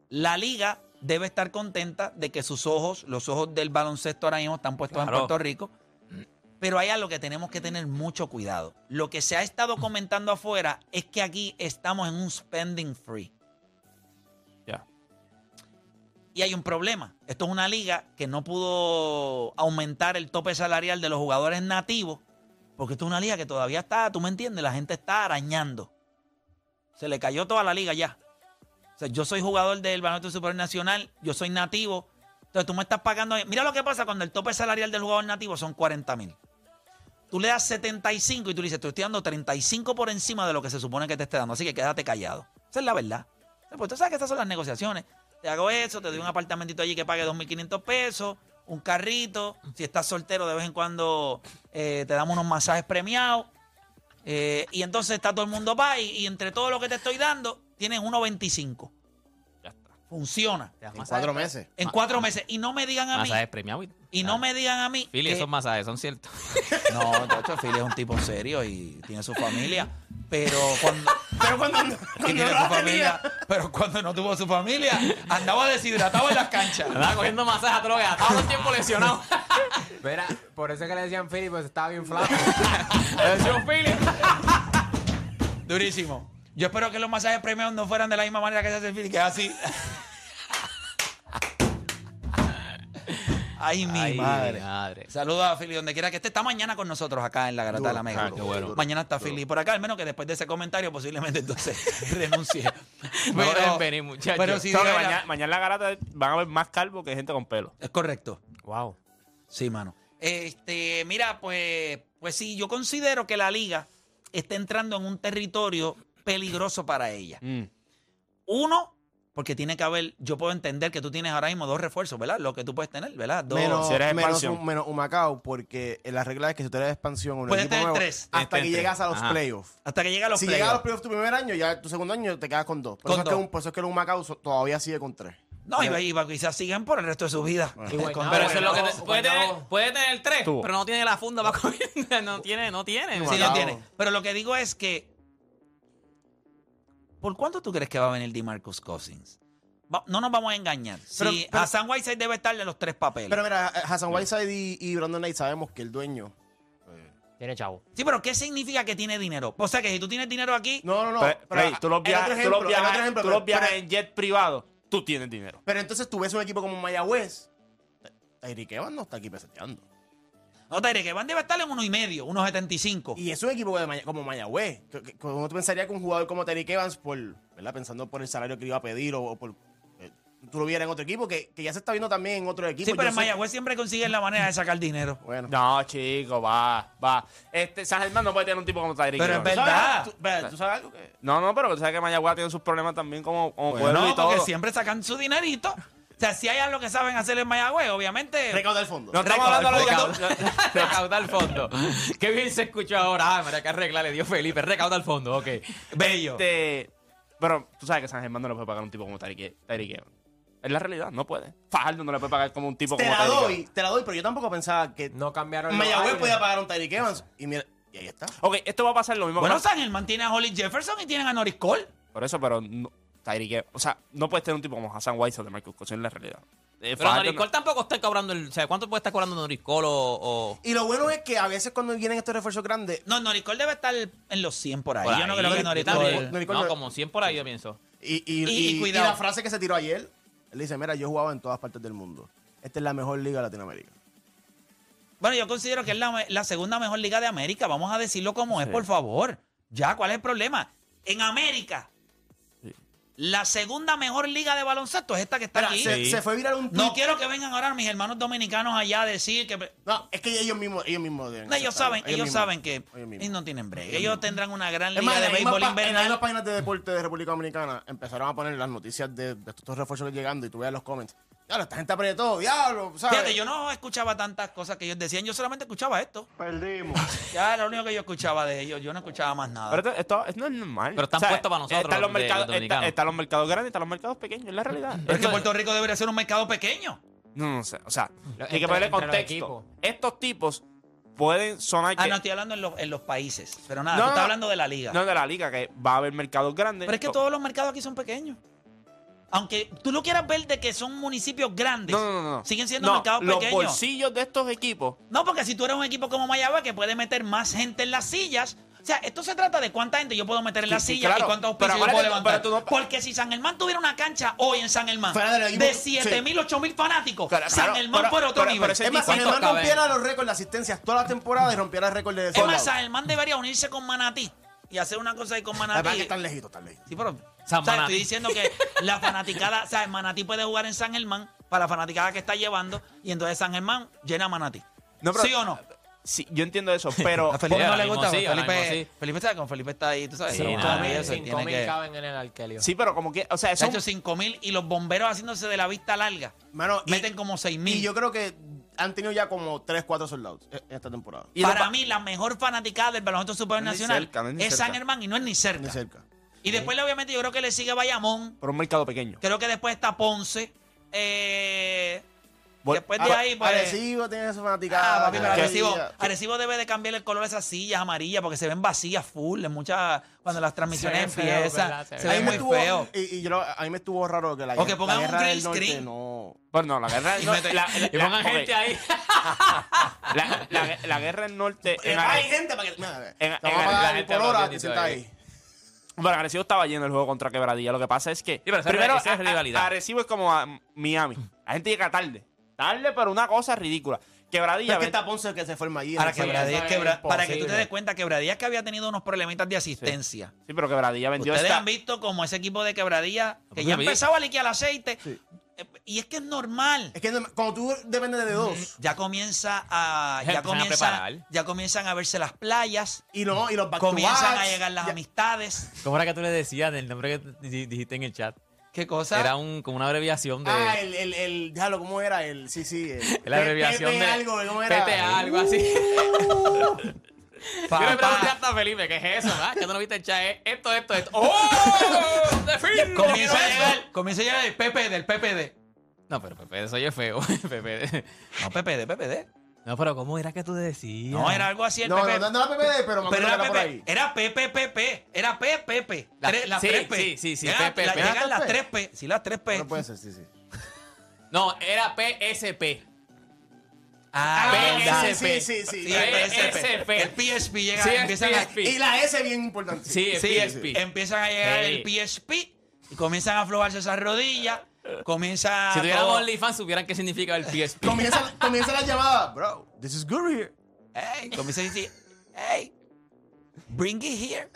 Speaker 2: La liga debe estar contenta de que sus ojos, los ojos del baloncesto ahora mismo están puestos en
Speaker 5: Claro.
Speaker 2: Puerto Rico. Pero hay algo que tenemos que tener mucho cuidado. Lo que se ha estado comentando afuera es que aquí estamos en un spending free.
Speaker 5: Ya.
Speaker 2: Y hay un problema. Esto es una liga que no pudo aumentar el tope salarial de los jugadores nativos, porque esto es una liga que todavía está, tú me entiendes, la gente está arañando. Se le cayó toda la liga ya. O sea, yo soy jugador del Baloncesto Superior Nacional, yo soy nativo. Entonces tú me estás pagando. Mira lo que pasa cuando el tope salarial del jugador nativo son 40 mil. Tú le das 75 y tú le dices, te estoy dando 35 por encima de lo que se supone que te esté dando, así que quédate callado. Esa es la verdad. Pues tú sabes que estas son las negociaciones. Te hago eso, te doy un apartamentito allí que pague 2.500 pesos, un carrito. Si estás soltero, de vez en cuando eh, te damos unos masajes premiados. Eh, y entonces está todo el mundo va y, y entre todo lo que te estoy dando, tienes 1.25.
Speaker 5: Ya está.
Speaker 2: Funciona.
Speaker 5: Te das
Speaker 7: En
Speaker 5: masaje-
Speaker 7: cuatro meses.
Speaker 2: En
Speaker 5: Ma-
Speaker 2: cuatro meses. Y no me digan a mí.
Speaker 5: Masajes premiados.
Speaker 2: Y no me digan a mí.
Speaker 5: Philly,
Speaker 2: que-
Speaker 5: esos masajes son [LAUGHS] ciertos.
Speaker 2: No, Tacho, Philly es un tipo serio y tiene su familia. Pero cuando.
Speaker 7: Pero cuando.
Speaker 2: y tiene su familia. Pero cuando no tuvo su familia, andaba deshidratado en las canchas.
Speaker 5: Andaba cogiendo masajes a todo lo que estaba todo el tiempo [LAUGHS] lesionado.
Speaker 4: Mira, por eso es que le decían Philip, pues estaba bien flaco.
Speaker 5: Lesión Philly.
Speaker 2: Durísimo. Yo espero que los masajes premios no fueran de la misma manera que se hace el Philly, que es así. [LAUGHS] Ay, mi
Speaker 5: Ay,
Speaker 2: madre.
Speaker 5: madre.
Speaker 2: Saludos a Philly, donde quiera que esté. Está mañana con nosotros acá en la Garata de la Mega.
Speaker 5: Ah, qué bueno.
Speaker 2: Mañana está Philly por acá, al menos que después de ese comentario posiblemente entonces [LAUGHS] renuncie.
Speaker 5: No dejen venir, muchachos.
Speaker 2: Pero si
Speaker 3: Solo que
Speaker 2: de verdad-
Speaker 3: mañana, mañana en la garata van a ver más calvo que gente con pelo.
Speaker 2: Es correcto.
Speaker 4: wow.
Speaker 2: Sí, mano. Este, mira, pues, pues sí, yo considero que la liga está entrando en un territorio peligroso para ella. Uno, porque tiene que haber, yo puedo entender que tú tienes ahora mismo dos refuerzos, ¿verdad? Lo que tú puedes tener, ¿verdad? Dos.
Speaker 7: Menos,
Speaker 3: si eres
Speaker 7: menos,
Speaker 3: expansión.
Speaker 7: un, menos un Macao, porque eh, la regla es que si tú eres expansión o un
Speaker 2: Puedes
Speaker 7: equipo
Speaker 2: tener
Speaker 7: nuevo,
Speaker 2: tres.
Speaker 7: hasta
Speaker 5: Tienes
Speaker 7: que
Speaker 5: tres.
Speaker 7: llegas a los
Speaker 5: Ajá.
Speaker 7: playoffs.
Speaker 2: Hasta que llega a los
Speaker 7: si
Speaker 2: playoffs.
Speaker 7: llegas a los playoffs tu primer año, ya tu segundo año te quedas con dos. Por,
Speaker 2: Con
Speaker 7: eso, Es
Speaker 2: dos.
Speaker 7: que un, por eso es que un Macao so- todavía sigue con tres.
Speaker 2: No, iba, iba, quizás sigan por el resto de su vida.
Speaker 4: Y
Speaker 2: Eh,
Speaker 4: Guaynabo,
Speaker 2: con-
Speaker 5: Pero eso es lo que
Speaker 4: Guaynabo,
Speaker 5: te- puede, tener,
Speaker 4: Guaynabo.
Speaker 5: puede tener tres,
Speaker 3: Tuvo.
Speaker 5: pero no tiene la funda para [LAUGHS] coger. No tiene, no tiene.
Speaker 2: Sí,
Speaker 5: mano.
Speaker 2: lo
Speaker 7: Guaynabo.
Speaker 2: tiene. Pero lo que digo es que. ¿Por cuánto tú crees que va a venir DeMarcus Cousins? Va- no nos vamos a engañar.
Speaker 7: Pero-
Speaker 2: si
Speaker 7: pero-
Speaker 2: Hassan Whiteside debe estar en los tres papeles.
Speaker 7: Pero mira, eh, Hassan Whiteside y, y Brandon Knight sabemos que el dueño.
Speaker 4: Tiene chavo.
Speaker 2: sí, pero ¿qué significa que tiene dinero? O sea, que si tú tienes dinero aquí,
Speaker 7: No, no, no.
Speaker 3: Pero, Rey, tú los
Speaker 7: el otro
Speaker 3: viajas, tú
Speaker 7: ejemplo,
Speaker 3: los
Speaker 7: el
Speaker 3: viajas-
Speaker 7: otro ejemplo,
Speaker 3: tú
Speaker 7: pero-
Speaker 3: los viajas
Speaker 7: pero-
Speaker 3: en jet privado, tú tienes dinero.
Speaker 7: Pero entonces tú ves un equipo como Mayagüez. Tyreek Evans no está aquí peseteando.
Speaker 2: no te diré que Van debe estar en uno y medio, unos 75.
Speaker 7: Y pues, es un equipo de Maya- como Mayagüez. que- que- Como tú pensarías que un jugador como Tyreek Evans, por, ¿verdad? pensando por el salario que le iba a pedir o, o por. eh, tú lo vieras en otro equipo, que, que ya se está viendo también en otro equipo.
Speaker 2: sí, pero
Speaker 7: Yo
Speaker 2: en
Speaker 7: sé-
Speaker 2: Mayagüez siempre consiguen la manera de sacar dinero.
Speaker 7: Bueno.
Speaker 3: No, chico, va, va. Este, San Germán no puede tener un tipo como Tyreek.
Speaker 2: Pero es
Speaker 3: Hill.
Speaker 2: verdad.
Speaker 7: ¿Tú, espera, ¿Tú sabes algo? Que...
Speaker 3: No, no, pero tú sabes que Mayagüez tiene sus problemas también como, como pueblo
Speaker 2: no,
Speaker 3: y todo.
Speaker 2: porque siempre sacan su dinerito. O sea, si hay algo que saben hacer en Mayagüez, obviamente.
Speaker 7: Recauda el fondo.
Speaker 3: No estamos hablando de
Speaker 5: Recauda-
Speaker 3: lo que tú-
Speaker 5: Recauda el fondo. [LAUGHS] Qué bien se escuchó ahora. Ah, María, qué regla le dio Felipe. Recauda el fondo, ok.
Speaker 2: bello.
Speaker 3: Este, pero tú sabes que San Germán no le puede pagar a un tipo como Tyreek Hill- Tyreek Hill. Es la realidad, no puede. Fajardo no le puede pagar como un tipo
Speaker 7: te
Speaker 3: como
Speaker 7: la
Speaker 3: Tyreek Hill.
Speaker 7: doy, te la doy, pero yo tampoco pensaba que
Speaker 4: No cambiaron los
Speaker 7: Mayagüez
Speaker 4: aires.
Speaker 7: podía pagar un Tyreek Evans. Y mira, y ahí está.
Speaker 3: Ok, esto va a pasar lo mismo.
Speaker 2: bueno,
Speaker 3: que-
Speaker 2: San Germán tiene a Holly Jefferson y tienen a Norris Cole.
Speaker 3: Por eso, pero no, Tyreek Hill- O sea, no puedes tener un tipo como Hassan Whiteside de Marcus Cousins, es la realidad. Eh,
Speaker 5: Pero
Speaker 3: Fajardo no-
Speaker 5: Noricol tampoco está cobrando el. O sea, ¿cuánto puede estar cobrando Noricol o, o-
Speaker 7: Y lo bueno es que a veces cuando vienen estos refuerzos grandes,
Speaker 2: No, Norris Cole debe estar en los 100 por ahí.
Speaker 5: por
Speaker 2: Yo no
Speaker 5: ahí?
Speaker 2: creo que
Speaker 5: Yo
Speaker 2: Norris
Speaker 5: también.
Speaker 2: Cole.
Speaker 7: Noricol-
Speaker 5: No, como 100 por ahí, yo pienso. [LAUGHS]
Speaker 7: Y, y,
Speaker 2: Y- y
Speaker 7: y- y
Speaker 2: cuidado.
Speaker 7: la frase que se tiró ayer, él dice, mira, yo jugaba en todas partes del mundo. Esta es la mejor liga de Latinoamérica.
Speaker 2: Bueno, yo considero que es la, la segunda mejor liga de América. Vamos a decirlo como es, por favor. Ya, ¿cuál es el problema? En América, La segunda mejor liga de baloncesto es esta que está
Speaker 7: Espera,
Speaker 2: aquí.
Speaker 7: se,
Speaker 5: Sí.
Speaker 7: se fue viral un
Speaker 2: No
Speaker 7: tweet.
Speaker 2: quiero que vengan ahora mis hermanos dominicanos allá a decir que...
Speaker 7: No, es que ellos mismos, ellos mismos deben
Speaker 2: No, ellos
Speaker 7: aceptarlo.
Speaker 2: saben, ellos
Speaker 7: mismos.
Speaker 2: saben que
Speaker 7: Ellos mismos.
Speaker 2: ellos no tienen break. Ellos tendrán una gran
Speaker 7: Es
Speaker 2: liga
Speaker 7: más,
Speaker 2: de
Speaker 7: en las mismas
Speaker 2: béisbol
Speaker 7: pa- en las mismas
Speaker 2: invernal.
Speaker 7: páginas de deporte de República Dominicana empezaron a poner las noticias de, de estos refuerzos que llegando y tú veas los comments. Diablo, esta gente apretó, diablo, ¿sabes?
Speaker 2: Fíjate, yo no escuchaba tantas cosas que ellos decían, yo solamente escuchaba esto.
Speaker 1: Perdimos.
Speaker 2: [LAUGHS] Ya era lo único que yo escuchaba de ellos, yo no escuchaba más nada.
Speaker 3: Pero esto, esto- esto no es normal.
Speaker 5: Pero están puestos para nosotros,
Speaker 3: Están los,
Speaker 5: los de-
Speaker 3: mercados,
Speaker 5: los
Speaker 3: está-
Speaker 5: dominicanos.
Speaker 3: están los mercados grandes, están los mercados pequeños, es la realidad.
Speaker 2: Pero es que
Speaker 3: Esto-
Speaker 2: Puerto Rico debería ser un mercado pequeño.
Speaker 3: No, no sé. O sea,
Speaker 4: Lo-
Speaker 3: hay
Speaker 4: entre-
Speaker 3: que ponerle
Speaker 4: entre los
Speaker 3: contexto.
Speaker 4: equipos.
Speaker 3: Estos tipos pueden sonar
Speaker 2: Ah,
Speaker 3: que.
Speaker 2: no, estoy hablando en los, en los países. Pero nada,
Speaker 3: No,
Speaker 2: tú
Speaker 3: no,
Speaker 2: estás
Speaker 3: no.
Speaker 2: hablando de la liga.
Speaker 3: no de la liga, que va a haber mercados grandes.
Speaker 2: pero es que
Speaker 3: No,
Speaker 2: todos los mercados aquí son pequeños. Aunque tú lo quieras ver de que son municipios grandes,
Speaker 3: No, no, no, no.
Speaker 2: siguen siendo
Speaker 3: No,
Speaker 2: mercados
Speaker 3: los
Speaker 2: pequeños.
Speaker 3: bolsillos de estos equipos.
Speaker 2: No, porque si tú eres un equipo como Mayagüez que puede meter más gente en las sillas. O sea, esto se trata de cuánta gente yo puedo meter en
Speaker 3: Sí,
Speaker 2: las
Speaker 3: sí,
Speaker 2: sillas
Speaker 3: claro.
Speaker 2: y cuántos
Speaker 3: Pero
Speaker 2: auspicios yo puedo
Speaker 3: acuérdate,
Speaker 2: levantar.
Speaker 3: pero tú no-
Speaker 2: Porque si San Germán tuviera una cancha hoy en San Germán
Speaker 7: Fuera del equipo,
Speaker 2: de 7 mil, 8 mil fanáticos,
Speaker 3: Claro,
Speaker 2: San
Speaker 3: claro,
Speaker 2: Germán
Speaker 3: pero-
Speaker 2: por otro
Speaker 3: pero-
Speaker 2: nivel.
Speaker 3: pero ese
Speaker 7: Es más,
Speaker 3: tipo-
Speaker 7: si Germán
Speaker 5: ¿Cuántos
Speaker 7: rompiera los récords de asistencias toda la temporada y rompiera el récord de
Speaker 2: es
Speaker 7: sold
Speaker 2: más,
Speaker 7: out.
Speaker 2: San Germán debería unirse con Manatí y hacer una cosa ahí con
Speaker 7: Además que
Speaker 2: Manatí.
Speaker 7: están lejitos, están lejitos.
Speaker 2: Sí, pero.
Speaker 5: San
Speaker 2: o sea,
Speaker 5: Manatí.
Speaker 2: estoy diciendo que la fanaticada, o sea, Manatí puede jugar en San Germán para la fanaticada que está llevando y entonces San Germán llena a Manatí.
Speaker 3: No, pero-
Speaker 2: ¿Sí o no?
Speaker 3: Sí, yo entiendo
Speaker 2: [LAUGHS]
Speaker 3: eso, pero.
Speaker 2: A Felipe
Speaker 5: Sí,
Speaker 2: no
Speaker 5: Pues ahora
Speaker 2: le
Speaker 5: mismo
Speaker 2: gusta.
Speaker 5: sí, ahora
Speaker 2: Felipe,
Speaker 5: mismo sí.
Speaker 2: Felipe está con Felipe está ahí, tú sabes.
Speaker 5: Sí,
Speaker 2: se lo
Speaker 5: nada,
Speaker 2: come y
Speaker 5: eh,
Speaker 2: eso, y
Speaker 4: 5
Speaker 2: tiene
Speaker 4: mil
Speaker 2: que.
Speaker 4: caben en el alquelio.
Speaker 3: sí, pero como que. O sea,
Speaker 2: Se
Speaker 3: eso.
Speaker 2: ha hecho 5 mil y los bomberos haciéndose de la vista larga.
Speaker 7: Mano, y-
Speaker 2: meten como 6
Speaker 7: Y yo
Speaker 2: mil.
Speaker 7: creo que han tenido ya como 3, 4 soldados en esta temporada.
Speaker 3: y los
Speaker 2: Para
Speaker 3: pa-
Speaker 2: mí, la mejor fanaticada del baloncesto superior
Speaker 3: No es ni
Speaker 2: nacional
Speaker 3: cerca, no es ni
Speaker 2: es
Speaker 3: cerca.
Speaker 2: San Germán y no es ni cerca.
Speaker 7: Ni cerca.
Speaker 2: Y después, obviamente, yo creo que le sigue Bayamón.
Speaker 3: Por un mercado pequeño.
Speaker 2: Creo que después está Ponce. Eh,
Speaker 3: Vol-
Speaker 2: después de
Speaker 7: Ah,
Speaker 2: ahí, pues,
Speaker 7: Arecibo tiene su fanaticada.
Speaker 2: Ah, papi, pero
Speaker 7: que-
Speaker 2: Arecibo, Arecibo debe de cambiar el color de esas sillas amarillas porque se ven vacías full en muchas cuando las transmisiones
Speaker 4: Se ve feo,
Speaker 2: empiezan.
Speaker 4: ¿verdad? Se
Speaker 2: se
Speaker 4: ve
Speaker 2: ve
Speaker 7: mí
Speaker 2: muy
Speaker 7: me estuvo-
Speaker 2: feo.
Speaker 7: Y, y yo lo- a mí me estuvo raro que la
Speaker 2: O que
Speaker 7: la
Speaker 2: pongan un
Speaker 7: guerra
Speaker 2: green
Speaker 7: del norte
Speaker 2: screen.
Speaker 7: No.
Speaker 3: Bueno, la guerra del
Speaker 2: Y
Speaker 3: norte.
Speaker 2: mete-
Speaker 3: la,
Speaker 5: Y
Speaker 3: la-
Speaker 5: pongan
Speaker 3: ok.
Speaker 5: gente ahí.
Speaker 3: La, la- la guerra del norte. en Are-
Speaker 7: hay gente para que. Mira,
Speaker 3: en-
Speaker 7: te
Speaker 3: en-
Speaker 7: vamos a
Speaker 5: la
Speaker 7: pagar
Speaker 5: gente
Speaker 7: por
Speaker 5: lo
Speaker 7: hora,
Speaker 5: tiene
Speaker 7: te sientas
Speaker 5: todavía.
Speaker 7: ahí.
Speaker 3: Bueno, Arecibo estaba lleno el juego contra Quebradilla. Lo que pasa es que.
Speaker 5: pero esa es
Speaker 3: primero,
Speaker 5: re- esa es
Speaker 3: a- a-
Speaker 5: rivalidad.
Speaker 3: Arecibo es como a Miami. La gente llega tarde. Tarde, pero una cosa ridícula. Quebradilla.
Speaker 7: Es que
Speaker 3: ven-
Speaker 7: está Ponce que se forma allí.
Speaker 2: Para,
Speaker 7: en esa-
Speaker 2: Quebradillas,
Speaker 4: eso es
Speaker 2: Quebra- para que tú te
Speaker 4: imposible.
Speaker 2: des cuenta, Quebradillas que había tenido unos problemitas de asistencia.
Speaker 3: Sí, pero Quebradilla vendió
Speaker 2: Ustedes
Speaker 3: esta-
Speaker 2: han visto como ese equipo de Quebradillas que
Speaker 5: Pues
Speaker 2: ya
Speaker 5: sí, oye.
Speaker 2: empezaba a liquear el aceite. eh, Y es que es normal.
Speaker 7: Es que no- cuando tú dependes de dos.
Speaker 2: Ya comienza a.
Speaker 5: Empiezan
Speaker 2: Ya
Speaker 5: a
Speaker 2: comienza,
Speaker 5: preparar.
Speaker 2: ya comienzan a verse las playas.
Speaker 7: Y, no, y los back to
Speaker 2: Comienzan a
Speaker 7: backs,
Speaker 2: llegar las
Speaker 7: ya-
Speaker 2: amistades.
Speaker 5: ¿Cómo era que tú le decías del nombre que di- dijiste en el chat?
Speaker 2: ¿Qué cosa?
Speaker 5: Era un, como una abreviación de.
Speaker 7: Ah, el, el, el, déjalo, ¿cómo era? El, sí, sí.
Speaker 2: [LAUGHS]
Speaker 5: la
Speaker 7: El,
Speaker 5: abreviación
Speaker 7: P- P-
Speaker 5: de.
Speaker 7: algo, ¿cómo era?
Speaker 5: PT algo así. Yo le pregunté
Speaker 2: Papá.
Speaker 5: hasta a Felipe, ¿qué es eso? ¿verdad? Que tú no viste el chat, es esto, esto, esto. ¡Oh! ¡De fin!
Speaker 2: Comienza a llegar, comienza a llegar el PPD, el PPD.
Speaker 5: No, pero Pepe, eso yo feo. [LAUGHS] Pepe.
Speaker 2: No, PPD, PPD.
Speaker 5: No, pero ¿cómo era que tú decías?
Speaker 2: No, era algo así el
Speaker 7: No,
Speaker 2: PPD.
Speaker 7: no, no, no la PPD, pero me
Speaker 2: Pero
Speaker 7: acuerdo que
Speaker 2: era
Speaker 7: era por
Speaker 2: Pepe,
Speaker 7: ahí.
Speaker 2: era PPPP, era PPP,
Speaker 5: La-
Speaker 2: tres- las
Speaker 5: sí,
Speaker 2: tres P.
Speaker 5: sí, sí, sí,
Speaker 2: Llegan-
Speaker 5: PPP.
Speaker 2: la- Llegan
Speaker 7: ¿Era
Speaker 2: las
Speaker 7: PPP?
Speaker 2: tres P, sí, las tres P.
Speaker 7: No
Speaker 5: pues,
Speaker 7: puede ser, sí, sí.
Speaker 5: No, era PSP.
Speaker 2: Ah,
Speaker 5: PSP.
Speaker 2: verdad.
Speaker 7: sí, sí, sí.
Speaker 2: Sí,
Speaker 7: Ah,
Speaker 2: el PSP.
Speaker 5: PSP.
Speaker 2: El PSP llega,
Speaker 5: Sí, el
Speaker 2: empiezan, a,
Speaker 5: PSP.
Speaker 7: Y la S bien importante.
Speaker 5: Sí, el
Speaker 2: sí,
Speaker 5: PSP.
Speaker 2: empiezan a llegar
Speaker 5: Sí.
Speaker 2: el PSP y comienzan a aflojarse esas rodillas, comienza
Speaker 5: Si tuviéramos
Speaker 2: todo-
Speaker 5: OnlyFans, supieran qué significa el PSP.
Speaker 7: [LAUGHS] Comienza, comienza la llamada, bro. This is good here.
Speaker 2: Ey, comienza a decir, hey, bring it here.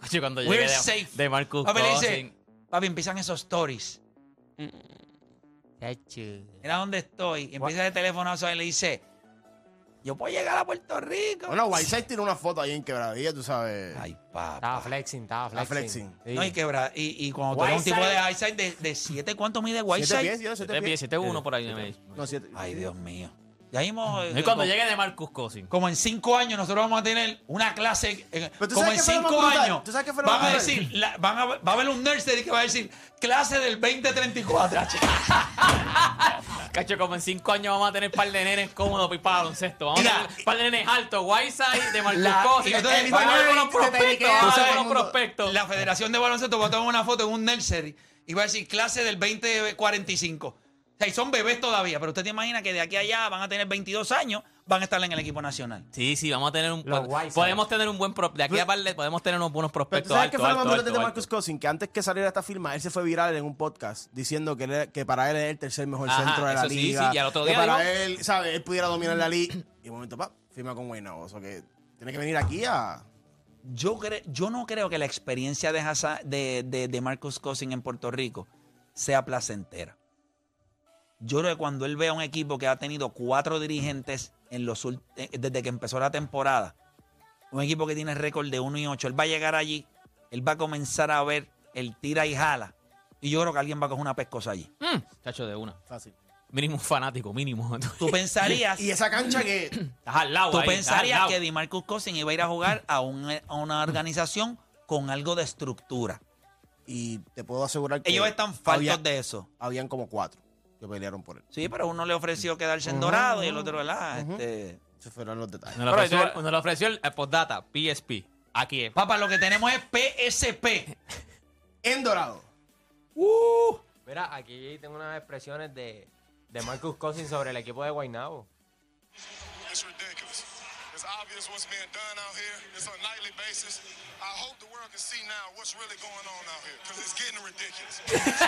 Speaker 5: Coño, cuando llegué
Speaker 2: We're
Speaker 5: de,
Speaker 2: safe.
Speaker 5: de Marcus
Speaker 2: Papi le dice,
Speaker 5: Cousin.
Speaker 2: papi, empiezan esos stories. Mira dónde estoy. Y empieza el telefonazo y le dice, yo puedo llegar a Puerto Rico.
Speaker 7: Bueno, Whiteside tiene una foto ahí en quebradilla, tú sabes.
Speaker 2: Ay, papá.
Speaker 5: Ah,
Speaker 4: Estaba flexing, estaba
Speaker 7: Estaba
Speaker 4: flexing.
Speaker 7: flexing.
Speaker 4: Sí.
Speaker 2: No, y, quebra, y, y cuando tú eres un tipo
Speaker 4: Whiteside.
Speaker 2: de Whiteside de, de siete, ¿cuánto mide
Speaker 7: ¿Siete
Speaker 2: Whiteside?
Speaker 7: pies? ¿Yo siete
Speaker 5: Siete
Speaker 7: pies?
Speaker 5: pies, siete uno por ahí. me dice.
Speaker 7: No, Eh, siete.
Speaker 2: Ay, Dios mío. Ya vimos. eh,
Speaker 5: Y
Speaker 2: como-
Speaker 5: cuando llegue de Marcus Cousin.
Speaker 2: Como en cinco años nosotros vamos a tener una clase. eh,
Speaker 7: Pero tú
Speaker 2: como en
Speaker 7: sabes qué fue lo
Speaker 2: cinco
Speaker 7: más brutal.
Speaker 2: años.
Speaker 7: ¿Tú sabes qué fue lo
Speaker 2: van
Speaker 7: más
Speaker 2: a
Speaker 7: brutal?
Speaker 2: decir, la- van a- va a haber un nursery que va a decir clase del
Speaker 7: [LAUGHS]
Speaker 2: 2034.
Speaker 5: Cacho, como en cinco años vamos a tener par de nenes cómodos para ir para baloncesto. Vamos
Speaker 2: Mira.
Speaker 5: a tener par de nenes altos, Whiteside, de Marcus
Speaker 2: La-
Speaker 5: Cousin.
Speaker 2: y entonces,
Speaker 5: vamos a ver
Speaker 7: Barney,
Speaker 5: unos
Speaker 7: que te
Speaker 5: prospectos,
Speaker 7: dedique a
Speaker 5: vamos a
Speaker 7: todo
Speaker 5: ver
Speaker 7: el
Speaker 5: unos
Speaker 7: mundo.
Speaker 5: prospectos.
Speaker 2: La Federación de Baloncesto va a tomar una foto en un nursery y va a decir clase del 2045. O sea, y son bebés todavía, pero usted te imagina que de aquí a allá van a tener 22 años, van a estar en el equipo nacional.
Speaker 5: Sí, sí, vamos a tener un...
Speaker 4: Los
Speaker 5: pod-
Speaker 4: Whiteside.
Speaker 5: podemos tener un buen... pro- De aquí a par de- podemos tener unos buenos
Speaker 7: Pero tú
Speaker 5: prospectos
Speaker 7: sabes que
Speaker 5: altos,
Speaker 7: fue lo más
Speaker 5: altos,
Speaker 7: brutal de
Speaker 5: altos,
Speaker 7: Marcus
Speaker 5: altos.
Speaker 7: Cousin, que antes que saliera esta firma, él se fue viral en un podcast diciendo que, él era- que para él era el tercer mejor
Speaker 5: Ajá,
Speaker 7: centro de la
Speaker 5: eso sí,
Speaker 7: liga.
Speaker 5: sí, y al otro
Speaker 7: Que
Speaker 5: día
Speaker 7: para
Speaker 5: dijo-
Speaker 7: él, ¿sabes? Él pudiera dominar la liga. Y un momento, pa, firma con Guaynabo. O sea que tiene que venir aquí a.
Speaker 2: Yo, cre- yo no creo que la experiencia de, Hazard- de, de, de Marcus Cousins en Puerto Rico sea placentera. Yo creo que cuando él ve a un equipo que ha tenido cuatro dirigentes en los ult- eh, desde que empezó la temporada, un equipo que tiene récord de 1 y 8, él va a llegar allí, él va a comenzar a ver el tira y jala. Y yo creo que alguien va a coger una pescosa allí.
Speaker 5: Mm, Chacho, de una.
Speaker 7: Fácil.
Speaker 5: Mínimo fanático, mínimo. [LAUGHS]
Speaker 2: Tú pensarías,
Speaker 7: Y esa cancha que.
Speaker 5: Estás al lado,
Speaker 2: tú
Speaker 5: ahí, estás al
Speaker 2: pensarías
Speaker 5: lado.
Speaker 2: que DiMarcus Cousins iba a ir a jugar a, un- a una organización con algo de estructura.
Speaker 7: Y te puedo asegurar que.
Speaker 2: Ellos están faltos
Speaker 7: Eh, había-
Speaker 2: de eso.
Speaker 7: Habían como cuatro que pelearon por él.
Speaker 2: Sí, pero uno le ofreció quedarse en Dorado y el otro, ¿verdad? Este,
Speaker 7: Esos fueron los detalles.
Speaker 5: Nos lo
Speaker 3: Pero ahí te
Speaker 5: ofreció,
Speaker 3: va-
Speaker 5: nos lo ofreció el el postdata, PSP. Aquí es.
Speaker 2: Papá, lo que tenemos es PSP.
Speaker 7: En Dorado.
Speaker 4: Mira, aquí tengo unas expresiones de, de Marcus Cousins sobre el equipo de Guaynabo.
Speaker 8: It's ridiculous. It's obvious what's being done out here. It's on a nightly basis. I hope the world can see now what's really going on out here because it's getting ridiculous.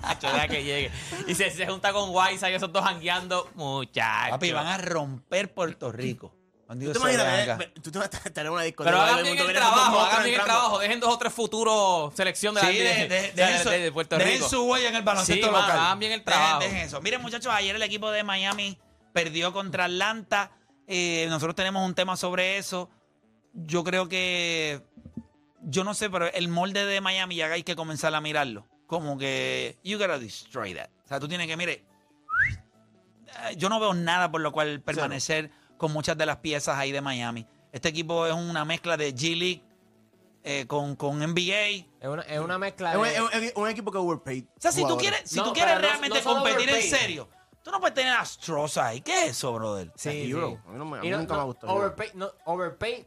Speaker 5: Chacho, deja que llegue. Y se, se junta con Wise y esos dos jangueando. Muchachos.
Speaker 2: Papi, van a romper Puerto Rico. Cuando
Speaker 7: ¿Tú
Speaker 2: yo
Speaker 7: te
Speaker 2: salga
Speaker 7: imaginas?
Speaker 2: acá.
Speaker 7: eh, eh, Tú te vas a estar en una discoteca.
Speaker 5: Pero
Speaker 7: todo
Speaker 5: hagan
Speaker 7: el
Speaker 5: bien
Speaker 7: mundo
Speaker 5: el
Speaker 7: viene con sus
Speaker 5: trabajo,
Speaker 7: monstruos
Speaker 5: hagan bien el
Speaker 7: entrando.
Speaker 5: trabajo. Dejen dos o tres futuros selección de, la-
Speaker 2: Sí, de- de-
Speaker 5: [LAUGHS] de-
Speaker 2: dejen
Speaker 5: de-
Speaker 2: su-
Speaker 5: de Puerto
Speaker 2: dejen
Speaker 5: Rico.
Speaker 2: su huella en el baloncesto
Speaker 5: Sí, mano,
Speaker 2: local.
Speaker 5: hagan bien el trabajo.
Speaker 2: Dejen, dejen eso. Miren, muchachos, ayer el equipo de Miami perdió contra Atlanta. Eh, nosotros tenemos un tema sobre eso. Yo creo que. Yo no sé, pero el molde de Miami ya hay que comenzar a mirarlo. Como que. You gotta destroy that. O sea, tú tienes que, mire. eh, Yo no veo nada por lo cual permanecer con muchas de las piezas ahí de Miami. Este equipo es una mezcla de G League eh, con, con NBA.
Speaker 4: Es una, es una mezcla
Speaker 7: Es un, es
Speaker 4: de...
Speaker 7: un- es un equipo que overpaid.
Speaker 2: O sea, si tú
Speaker 7: jugadores.
Speaker 2: quieres, si
Speaker 4: No,
Speaker 2: tú quieres
Speaker 4: pero no-
Speaker 2: realmente
Speaker 4: no solo
Speaker 2: competir en
Speaker 4: overpaid.
Speaker 2: serio, tú no puedes tener a Stross ahí. ¿Qué es eso, brother?
Speaker 4: Sí,
Speaker 7: Like
Speaker 4: sí.
Speaker 7: Euro. A mí no me- a mí
Speaker 4: Y
Speaker 7: nunca me ha gustado
Speaker 4: Overpay, no, overpay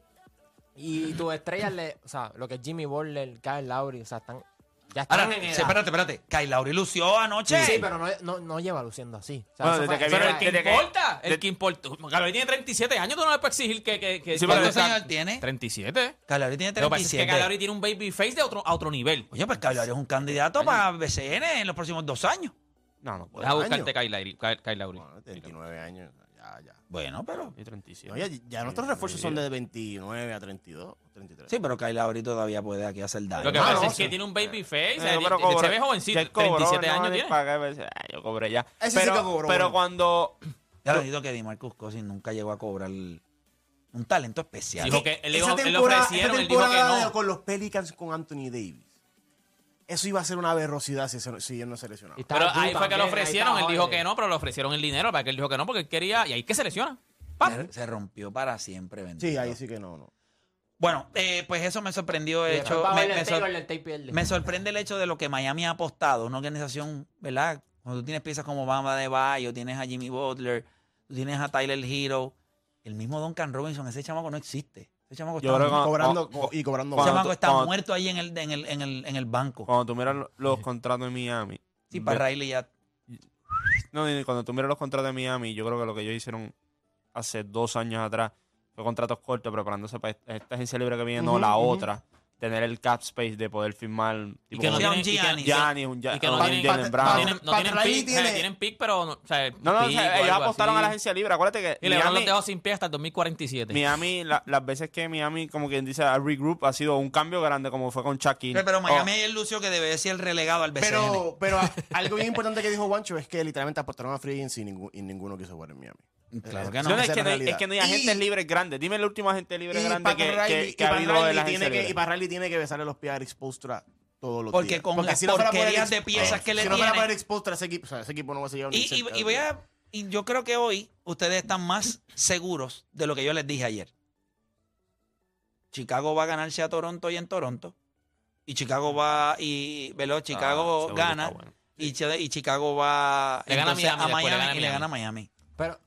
Speaker 4: y tus estrellas, le, o sea, lo que es Jimmy Butler, Kyle Lowry, o sea, están... Ya están
Speaker 2: Ahora,
Speaker 4: en
Speaker 2: sí,
Speaker 4: edad.
Speaker 2: espérate, espérate. Kyle Lowry lució anoche.
Speaker 4: Sí, pero no, no, no lleva luciendo así. O sea,
Speaker 3: Bueno,
Speaker 4: eso
Speaker 3: desde
Speaker 4: fue-
Speaker 3: que
Speaker 4: eso
Speaker 5: Pero
Speaker 3: viene-
Speaker 4: fue-
Speaker 5: el que
Speaker 3: desde que-
Speaker 5: importa, el
Speaker 3: de-
Speaker 5: que importa. Gabriel tiene 37 años, tú no le puedes exigir que. que, que
Speaker 3: Sí, pero
Speaker 5: ¿cuántos
Speaker 3: ¿cuántos
Speaker 5: años
Speaker 2: años tiene?
Speaker 5: 37.
Speaker 2: Kyle Lowry tiene
Speaker 5: Lo que pasa es
Speaker 2: 37.
Speaker 5: que Calabri tiene un baby face de otro, a otro nivel.
Speaker 2: Oye, pues Kyle Lowry es un candidato para BCN en los próximos dos años.
Speaker 3: No, no puedo.
Speaker 5: Deja
Speaker 7: año.
Speaker 5: buscarte Kyle Lowry. Kyle- Kyle Lowry.
Speaker 7: Bueno, 39 años. Ya, ya.
Speaker 2: Bueno, pero.
Speaker 5: Y
Speaker 7: No,
Speaker 5: 37.
Speaker 7: ya, ya nuestros refuerzos son de 29 a 32, 33.
Speaker 2: Sí, pero Kyle Lowry todavía puede aquí hacer daño.
Speaker 5: Lo que
Speaker 7: Ah,
Speaker 5: pasa
Speaker 7: no,
Speaker 5: es que
Speaker 7: sí.
Speaker 5: tiene un baby face.
Speaker 3: Eh,
Speaker 5: o sea,
Speaker 3: pero
Speaker 5: se
Speaker 3: cobró-
Speaker 5: ve jovencito.
Speaker 3: ya cobró,
Speaker 5: 37
Speaker 3: no,
Speaker 5: años
Speaker 3: ni
Speaker 5: tiene.
Speaker 3: pagué, pues, ah, yo cobré ya.
Speaker 7: Ese sí
Speaker 3: pero,
Speaker 7: que cobró,
Speaker 3: pero
Speaker 7: bueno.
Speaker 3: cuando.
Speaker 2: Ya lo digo que Dimarcus Cousins nunca llegó a cobrar un talento especial.
Speaker 5: Dijo que él le
Speaker 7: esa
Speaker 5: dijo- él le
Speaker 7: temporada, esa
Speaker 5: ofrecieron, él dijo que
Speaker 7: temporada
Speaker 5: no.
Speaker 7: con los Pelicans con Anthony Davis. Eso iba a ser una berrosidad si, se- si él no se lesionaba.
Speaker 4: y estaba
Speaker 5: Pero
Speaker 4: tú
Speaker 5: ahí fue que
Speaker 4: también,
Speaker 5: lo
Speaker 4: ahí
Speaker 5: ofrecieron. Él
Speaker 4: estaba
Speaker 5: dijo
Speaker 4: Harden.
Speaker 5: que no, pero le ofrecieron el dinero para que él dijo que no, porque él quería. Y ahí es que se lesiona. ¡Pam!
Speaker 2: Se- Se rompió para siempre, bendito.
Speaker 7: Sí, ahí sí que no, no.
Speaker 2: Bueno, eh, pues eso me sorprendió.
Speaker 4: Y
Speaker 2: De
Speaker 4: después
Speaker 2: hecho,
Speaker 4: va a
Speaker 2: me-
Speaker 4: ver el
Speaker 2: me
Speaker 4: tape,
Speaker 2: sor-
Speaker 4: el tape pierde.
Speaker 2: Me sorprende el hecho de lo que Miami ha apostado, una organización, ¿verdad? Cuando tú tienes piezas como Bamba de Bayo, tienes a Jimmy Butler, tú tienes a Tyler Hero, el mismo Duncan Robinson, ese chamaco no existe. Ese chamaco
Speaker 3: Yo
Speaker 2: está,
Speaker 3: creo que-
Speaker 2: muerto.
Speaker 7: Cobrando
Speaker 3: cuando-
Speaker 7: co- y cobrando
Speaker 2: Ese
Speaker 3: cuando-
Speaker 7: más.
Speaker 2: chamaco está
Speaker 3: cuando-
Speaker 2: muerto ahí en el, en el, en el, en el banco.
Speaker 3: Cuando tú miras lo- los contratos en Miami.
Speaker 2: Sí,
Speaker 3: yo-
Speaker 2: para Riley ya.
Speaker 3: No, y cuando tú miras los contratos de Miami, yo creo que lo que ellos hicieron hace dos años atrás fue contratos cortos, preparándose para esta esta agencia libre que viene, no
Speaker 7: Ujú,
Speaker 3: la
Speaker 7: ujú.
Speaker 3: otra. Tener el cap space de poder firmar tipo,
Speaker 5: que no
Speaker 3: un
Speaker 2: sea un
Speaker 5: tienen- y que-
Speaker 2: Giannis.
Speaker 3: Giannis, un
Speaker 5: Y que
Speaker 3: Jalen
Speaker 5: no tienen,
Speaker 7: Jalen
Speaker 5: no
Speaker 3: Brown.
Speaker 5: tienen, no
Speaker 7: Pat-
Speaker 5: tienen
Speaker 7: Pat Riley
Speaker 5: pick, o sea,
Speaker 7: tiene-
Speaker 5: tienen pick, pero no, o sea,
Speaker 3: No, no, o
Speaker 5: pick
Speaker 3: sea,
Speaker 5: o algo
Speaker 3: ellos apostaron
Speaker 5: así.
Speaker 3: a la agencia libre. Acuérdate que
Speaker 5: Y LeBron
Speaker 3: Miami,
Speaker 5: los dejó sin pie hasta el 2047.
Speaker 3: Miami, la- las veces que Miami, como quien dice, a regroup ha sido un cambio grande, como fue con Shaquille. Oh,
Speaker 2: Pero Miami es el lucio que debe ser el relegado al BCN.
Speaker 7: Pero, pero a- algo bien importante que dijo Juancho es que literalmente aportaron a Free Agency y, ningú- y ninguno quiso jugar en Miami.
Speaker 2: claro
Speaker 7: Eh,
Speaker 2: que no.
Speaker 3: No, no,
Speaker 7: esa
Speaker 3: es, que
Speaker 7: la
Speaker 3: no hay,
Speaker 7: realidad.
Speaker 3: es que no hay
Speaker 7: Y-
Speaker 3: agentes libres grandes. Dime el último agente libre
Speaker 7: Y
Speaker 3: grande
Speaker 7: Pat
Speaker 3: que,
Speaker 7: Riley-
Speaker 3: que- que
Speaker 7: y
Speaker 3: ha
Speaker 7: Pat
Speaker 3: habido de
Speaker 7: Riley
Speaker 3: la
Speaker 7: tiene
Speaker 3: agencia
Speaker 7: que,
Speaker 3: libre.
Speaker 7: y Pat Riley tiene que besarle los pies a Eric Spoelstra todos los
Speaker 2: Porque
Speaker 7: días.
Speaker 2: con las
Speaker 7: no fuera por
Speaker 2: porquerías
Speaker 7: Eric-
Speaker 2: de piezas que le
Speaker 7: Si no fuera
Speaker 2: tiene-
Speaker 7: por Eric Spoelstra, ese equipo, o sea, ese equipo no va a llegar ni
Speaker 2: Y, y-
Speaker 7: cerca.
Speaker 2: y voy a- y yo creo que hoy ustedes están más seguros de lo que yo les dije ayer. Chicago va a ganarse a Toronto y en Toronto. Y Chicago va y
Speaker 5: Ah,
Speaker 2: velo, Chicago gana y, Chi- y Chicago va
Speaker 5: Le gana a
Speaker 2: entonces
Speaker 5: Miami después, le gana a
Speaker 2: y le gana a Miami.
Speaker 4: Pero,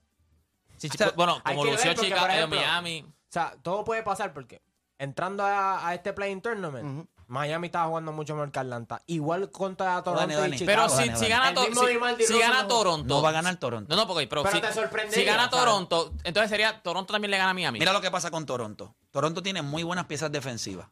Speaker 5: Sí,
Speaker 4: O
Speaker 5: sí,
Speaker 4: sea,
Speaker 5: Pues, bueno,
Speaker 4: hay
Speaker 5: como
Speaker 4: que ver,
Speaker 5: lució
Speaker 4: porque,
Speaker 5: Chicago
Speaker 4: por
Speaker 5: en
Speaker 4: ejemplo,
Speaker 5: Miami.
Speaker 4: O sea, todo puede pasar porque entrando a, a este play-in tournament, Miami estaba jugando mucho mejor que Atlanta. Igual contra Toronto
Speaker 2: Dani, Dani.
Speaker 4: y
Speaker 5: Pero
Speaker 4: Chicago.
Speaker 2: Chicago,
Speaker 5: si,
Speaker 2: gana,
Speaker 5: si
Speaker 2: gana.
Speaker 5: gana,
Speaker 4: El
Speaker 5: to-
Speaker 4: mismo
Speaker 5: si-
Speaker 4: Grimaldi
Speaker 5: si
Speaker 4: Russo
Speaker 5: gana
Speaker 4: no-
Speaker 5: Toronto.
Speaker 2: No va a ganar Toronto.
Speaker 5: No, no, porque pero
Speaker 4: Pero
Speaker 5: si,
Speaker 4: te sorprendería,
Speaker 5: si gana
Speaker 4: o sea.
Speaker 5: Toronto, entonces sería Toronto también le gana a Miami.
Speaker 2: Mira lo que pasa con Toronto. Toronto tiene muy buenas piezas defensivas.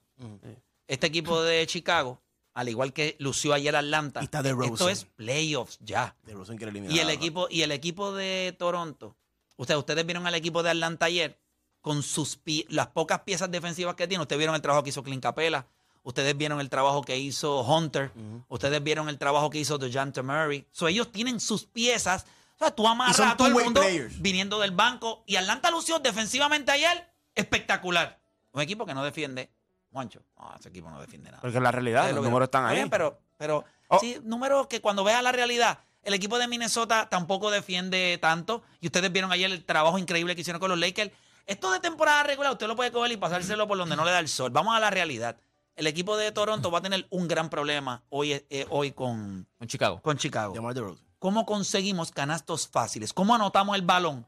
Speaker 2: Este equipo de Chicago, al igual que lució ayer Atlanta,
Speaker 7: Y está DeRozan.
Speaker 2: esto es playoffs ya.
Speaker 7: De Rosen quiere eliminar
Speaker 2: Y el
Speaker 7: a-
Speaker 2: equipo, y el equipo de Toronto. Ustedes, ustedes vieron al equipo de Atlanta ayer. con sus pi- las pocas piezas defensivas que tiene. Ustedes vieron el trabajo que hizo Clint Capela, ustedes vieron el trabajo que hizo Hunter, ustedes vieron el trabajo que hizo DeJounte Murray. So, ellos tienen sus piezas. O sea, tú amarras
Speaker 7: son
Speaker 2: a todo el
Speaker 7: two-way
Speaker 2: mundo
Speaker 7: players.
Speaker 2: viniendo del banco. Y Atlanta lució defensivamente ayer espectacular. Un equipo que no defiende. Juancho, no, ese equipo no defiende nada.
Speaker 3: Porque la realidad,
Speaker 2: Ustedes lo
Speaker 3: los
Speaker 2: vieron.
Speaker 3: números están ahí.
Speaker 2: bien, pero, pero
Speaker 3: Oh.
Speaker 2: sí, números que cuando veas la realidad, el equipo de Minnesota tampoco defiende tanto. Y ustedes vieron ayer el trabajo increíble que hicieron con los Lakers. Esto de temporada regular, usted lo puede coger y pasárselo por donde no le da el sol. Vamos a la realidad. El equipo de Toronto va a tener un gran problema hoy, eh, hoy con,
Speaker 5: Con Chicago.
Speaker 2: con Chicago.
Speaker 7: DeMar DeRozan.
Speaker 2: ¿Cómo conseguimos canastos fáciles? ¿Cómo anotamos el balón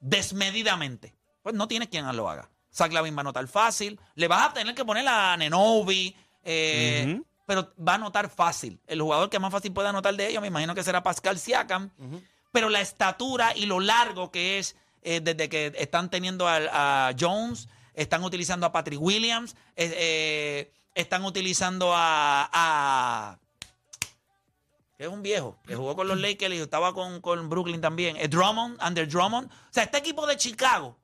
Speaker 2: desmedidamente? Pues no tiene quien lo haga. Zach Lavin va a anotar fácil. Le vas a tener que poner a Nenobi. eh,
Speaker 3: Ujú.
Speaker 2: Pero va a anotar fácil. El jugador que más fácil puede anotar de ellos, me imagino que será Pascal Siakam. Pero la estatura y lo largo que es eh, desde que están teniendo al- a, Jones, están utilizando a Patrick Williams, eh, eh, están utilizando a- a que es un viejo, que jugó con los Lakers y estaba con, con Brooklyn también. Eh, Drummond, Under Drummond. O sea, este equipo de Chicago.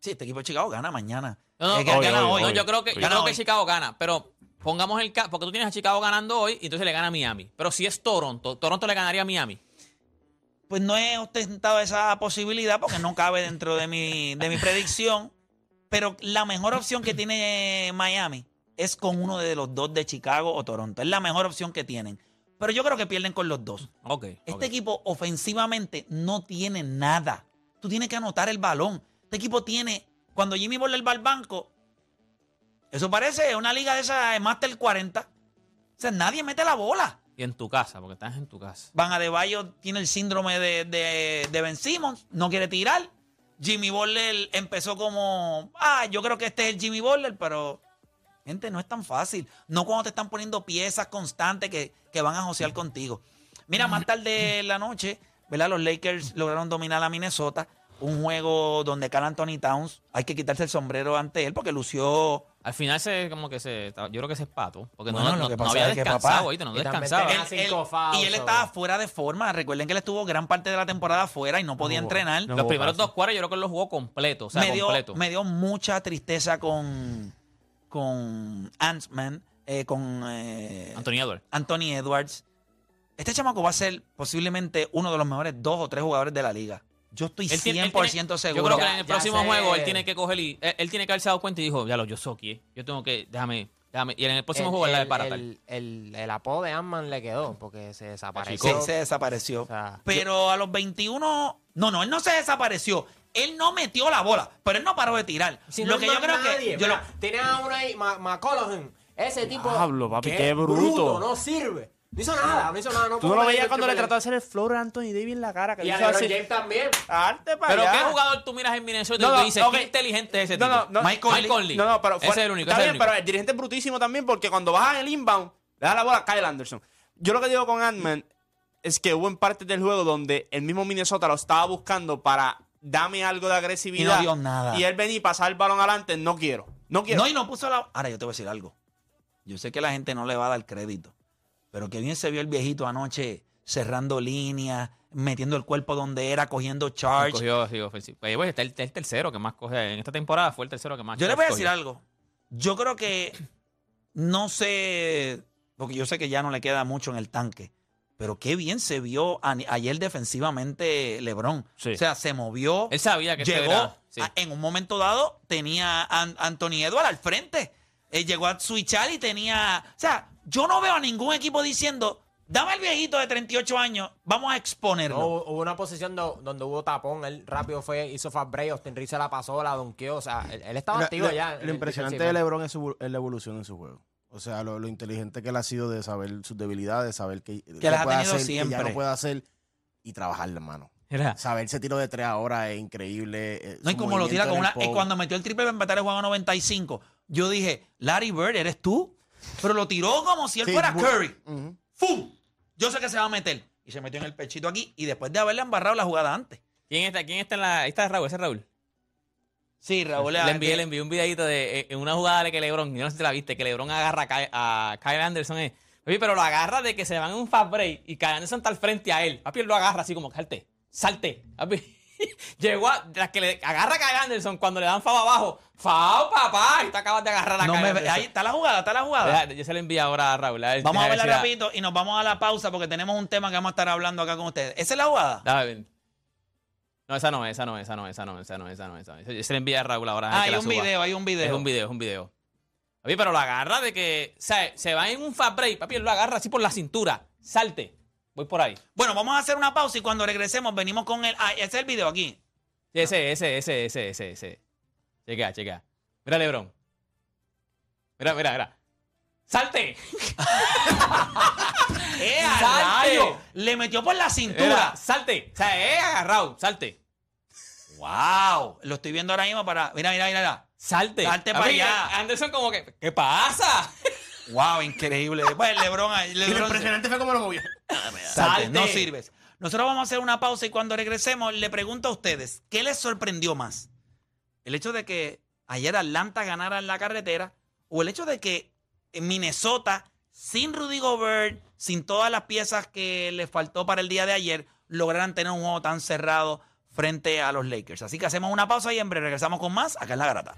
Speaker 2: Sí, este equipo de Chicago gana mañana.
Speaker 5: No, no,
Speaker 2: Eh, que
Speaker 3: hoy,
Speaker 2: gana
Speaker 3: hoy,
Speaker 2: hoy.
Speaker 5: No,
Speaker 3: hoy.
Speaker 5: yo creo que, yo
Speaker 2: Gana
Speaker 5: creo que
Speaker 2: hoy.
Speaker 5: Chicago gana, pero pongamos el caso, porque tú tienes a Chicago ganando hoy y entonces le gana a Miami. Pero si es Toronto, Toronto le ganaría a Miami.
Speaker 2: Pues no he ostentado esa posibilidad porque no cabe dentro de mi, de mi predicción. Pero la mejor opción que tiene Miami es con uno de los dos de Chicago o Toronto. Es la mejor opción que tienen. Pero yo creo que pierden con los dos.
Speaker 5: Ok.
Speaker 2: Este equipo ofensivamente no tiene nada. Tú tienes que anotar el balón. Este equipo tiene. Cuando Jimmy Butler va al banco, eso parece una liga de esa de Master 40. O sea, nadie mete la bola.
Speaker 5: Y en tu casa, porque estás en tu casa.
Speaker 2: Van Adebayo tiene el síndrome de, de, de Ben Simmons, no quiere tirar. Jimmy Butler empezó como, ah, yo creo que este es el Jimmy Butler, pero gente, no es tan fácil. No cuando te están poniendo piezas constantes que, que van a josear contigo. Mira, más tarde en la noche, ¿verdad? Los Lakers lograron dominar a Minnesota. Un juego donde Carl Anthony Towns, hay que quitarse el sombrero ante él porque lució
Speaker 5: Al final se como que se yo creo que se espató, porque no-
Speaker 2: Bueno,
Speaker 5: no,
Speaker 2: lo que
Speaker 5: no
Speaker 2: pasa
Speaker 5: había
Speaker 2: es que,
Speaker 5: descansado,
Speaker 2: papá,
Speaker 5: oíste, no
Speaker 4: y también
Speaker 5: descansaba.
Speaker 4: tenía-
Speaker 2: Él-
Speaker 4: cinco
Speaker 2: él-
Speaker 4: fouls,
Speaker 2: y él
Speaker 4: so-
Speaker 2: estaba fuera de forma. Recuerden que él estuvo gran parte de la temporada fuera y no podía entrenar.
Speaker 3: no
Speaker 5: los
Speaker 3: hubo
Speaker 5: primeros
Speaker 3: paso.
Speaker 5: dos cuartos yo creo que los jugó completo, o sea,
Speaker 2: me, dio,
Speaker 5: completo.
Speaker 2: me dio mucha tristeza con, con Ant-Man, eh, con eh,
Speaker 5: Anthony Edwards.
Speaker 2: Anthony Edwards. Este chamaco va a ser posiblemente uno de los mejores dos o tres jugadores de la liga. Yo estoy
Speaker 5: Él
Speaker 2: 100%
Speaker 5: tiene- él tiene-
Speaker 2: seguro.
Speaker 5: Yo creo que
Speaker 4: Ya-
Speaker 5: en el
Speaker 4: ya
Speaker 5: próximo
Speaker 4: sé.
Speaker 5: juego él tiene que coger y él, él tiene que haberse dado cuenta y dijo, ya lo yo soy aquí, yo tengo que déjame, déjame y en el próximo juego él la de para
Speaker 4: el, el, el apodo de Ant-Man le quedó porque
Speaker 2: Sí,
Speaker 4: se desapareció.
Speaker 2: se desapareció.
Speaker 4: O sea,
Speaker 2: pero a los 21, no, no, él no se desapareció. Él no metió la bola, pero él no paró de tirar.
Speaker 4: Si
Speaker 2: lo
Speaker 4: no
Speaker 2: que
Speaker 4: hay
Speaker 2: yo
Speaker 4: más
Speaker 2: creo
Speaker 4: nadie,
Speaker 2: que yo lo-
Speaker 4: mira, Tienes a uno ahí, Ma- McCollum. Ese tipo.
Speaker 3: Diablo, papi, qué bruto.
Speaker 4: No sirve. No hizo nada, no hizo nada. No
Speaker 3: Tú no lo veías cuando le trató de hacer el floor a Anthony Davis en la cara. Que
Speaker 4: Y
Speaker 3: le
Speaker 4: a
Speaker 3: hizo
Speaker 4: LeBron
Speaker 3: así.
Speaker 4: James también.
Speaker 3: Arte para
Speaker 5: Pero
Speaker 3: allá.
Speaker 5: qué jugador tú miras en Minnesota
Speaker 3: No,
Speaker 5: y
Speaker 3: no,
Speaker 5: tú dices,
Speaker 3: ok.
Speaker 5: qué inteligente es ese
Speaker 3: No,
Speaker 5: tipo.
Speaker 3: no, no.
Speaker 5: Mike
Speaker 2: Mike
Speaker 5: Conley.
Speaker 2: Conley.
Speaker 3: No, no, pero
Speaker 5: Ese
Speaker 3: fuera-
Speaker 5: es el único.
Speaker 3: Está
Speaker 5: ese es el
Speaker 3: bien,
Speaker 5: único.
Speaker 3: pero el dirigente es brutísimo también porque cuando bajas el inbound, le das la bola a Kyle Anderson. Yo lo que digo con Ant-Man es que hubo en partes del juego donde el mismo Minnesota lo estaba buscando para dame algo de agresividad.
Speaker 2: Y no dio nada.
Speaker 3: Y él venía y pasar el balón adelante, no quiero. No quiero.
Speaker 2: No, y no puso la. Ahora yo te voy a decir algo. Yo sé que la gente no le va a dar crédito, pero que bien se vio el viejito anoche cerrando líneas, metiendo el cuerpo donde era, cogiendo charge.
Speaker 5: Cogió así ofensivo. Oye, pues, está el, el tercero que más coge. En esta temporada fue el tercero que más
Speaker 2: Yo le
Speaker 5: charge
Speaker 2: voy a decir
Speaker 5: cogió.
Speaker 2: algo. Yo creo que no sé, porque yo sé que ya no le queda mucho en el tanque, pero qué bien se vio a- ayer defensivamente LeBron.
Speaker 3: Sí.
Speaker 2: O sea, se movió.
Speaker 5: Él sabía que este
Speaker 2: llegó
Speaker 5: era- sí.
Speaker 2: a- en un momento dado tenía a An- Anthony Edwards al frente Él llegó a switchar y tenía o sea yo no veo a ningún equipo diciendo dame al viejito de 38 años vamos a exponerlo
Speaker 4: No, hubo hubo una posición do- donde hubo tapón. Él rápido fue, hizo fast break. Austin Reeves se la pasó, la donqueó. O sea, él, él estaba
Speaker 7: Lo-
Speaker 4: activo
Speaker 7: lo-
Speaker 4: ya. eh,
Speaker 7: Lo impresionante de LeBron es, su- es la evolución en su juego. O sea, lo, lo inteligente que él ha sido de saber sus debilidades, saber que,
Speaker 2: las ha tenido
Speaker 7: hacer, que ya
Speaker 2: siempre.
Speaker 7: no puede hacer y trabajarla, hermano.
Speaker 5: Era-
Speaker 7: Saber ese tiro de tres ahora es increíble. eh,
Speaker 2: No, y
Speaker 7: su
Speaker 2: como lo tira con una.
Speaker 7: movimiento en
Speaker 2: eh,
Speaker 7: el
Speaker 2: cuando metió el triple para empatar el juego 95, yo dije, Larry Bird, ¿eres tú? Pero lo tiró como si él
Speaker 7: Sí,
Speaker 2: fuera
Speaker 7: bu-
Speaker 2: Curry.
Speaker 7: Ujú.
Speaker 2: ¡Fum! Yo sé que se va a meter. Y se metió en el pechito aquí. Y después de haberle embarrado la jugada antes.
Speaker 5: ¿Quién está, ¿Quién está en la.? Ahí está Raúl, ese es Raúl.
Speaker 2: Sí, Raúl.
Speaker 5: Le envié, le envié un videito de eh, en una jugada de que LeBron, yo no sé si la viste, que LeBron agarra a Ky- a Kyle Anderson. eh. Oye, pero lo agarra de que se van en un fast break y Kyle Anderson está al frente a él. Papi, él lo agarra así como, salte, salte. Papi. Llegó a. Las que le agarra a Kyle Anderson cuando le dan FAO abajo. FAO, papá. Y tú acabas de agarrar a
Speaker 2: No
Speaker 5: Kyle
Speaker 2: me ve-
Speaker 5: Anderson.
Speaker 2: ahí está la jugada, está la jugada.
Speaker 5: Deja- Yo se lo envío ahora a Raúl. ver,
Speaker 2: Vamos a
Speaker 5: deja
Speaker 2: verla
Speaker 5: ver si da-
Speaker 2: rapidito y nos vamos a la pausa porque tenemos un tema que vamos a estar hablando acá con ustedes. ¿Esa es la jugada?
Speaker 5: Dame ver. No, esa no, esa no, esa no, esa no, esa no, esa no, esa no. Yo se la envía a Raúl ahora.
Speaker 2: Ah,
Speaker 5: que
Speaker 2: hay
Speaker 5: la
Speaker 2: un
Speaker 5: suba.
Speaker 2: video, hay un video.
Speaker 5: Es un video, es un video. Papi, pero lo agarra de que. O sea, se va en un fast break. Papi, él lo agarra así por la cintura. Salte. Voy por ahí.
Speaker 2: Bueno, vamos a hacer una pausa y cuando regresemos venimos con el... Ah, ese es el video aquí.
Speaker 5: Sí, Ese, ese, ese, ese, ese, ese. Checa, checa. Mira, Lebron. Mira, mira, mira. ¡Salte!
Speaker 2: ¡Eh,
Speaker 5: ¡Salte!
Speaker 2: rayo! Le metió por la cintura.
Speaker 5: Mira, ¡Salte! O sea, he agarrado. ¡Salte!
Speaker 2: ¡Wow! Lo estoy viendo ahora mismo para... Mira, mira, mira. mira.
Speaker 5: ¡Salte!
Speaker 2: Salte para
Speaker 5: Papi, eh,
Speaker 2: allá.
Speaker 5: Anderson como que, ¿qué pasa?
Speaker 2: ¡Wow! Increíble. Pues Lebron...
Speaker 5: [LAUGHS]
Speaker 2: ahí,
Speaker 7: Y lo
Speaker 2: Lebron
Speaker 7: impresionante fue cómo lo movió.
Speaker 2: Salte, no
Speaker 5: Salte.
Speaker 2: sirves. Nosotros vamos a hacer una pausa y cuando regresemos le pregunto a ustedes, ¿qué les sorprendió más? ¿El hecho de que ayer Atlanta ganara en la carretera o el hecho de que en Minnesota, sin Rudy Gobert, sin todas las piezas que les faltó para el día de ayer, lograran tener un juego tan cerrado frente a los Lakers? Así que hacemos una pausa y en breve regresamos con más acá en La Garata.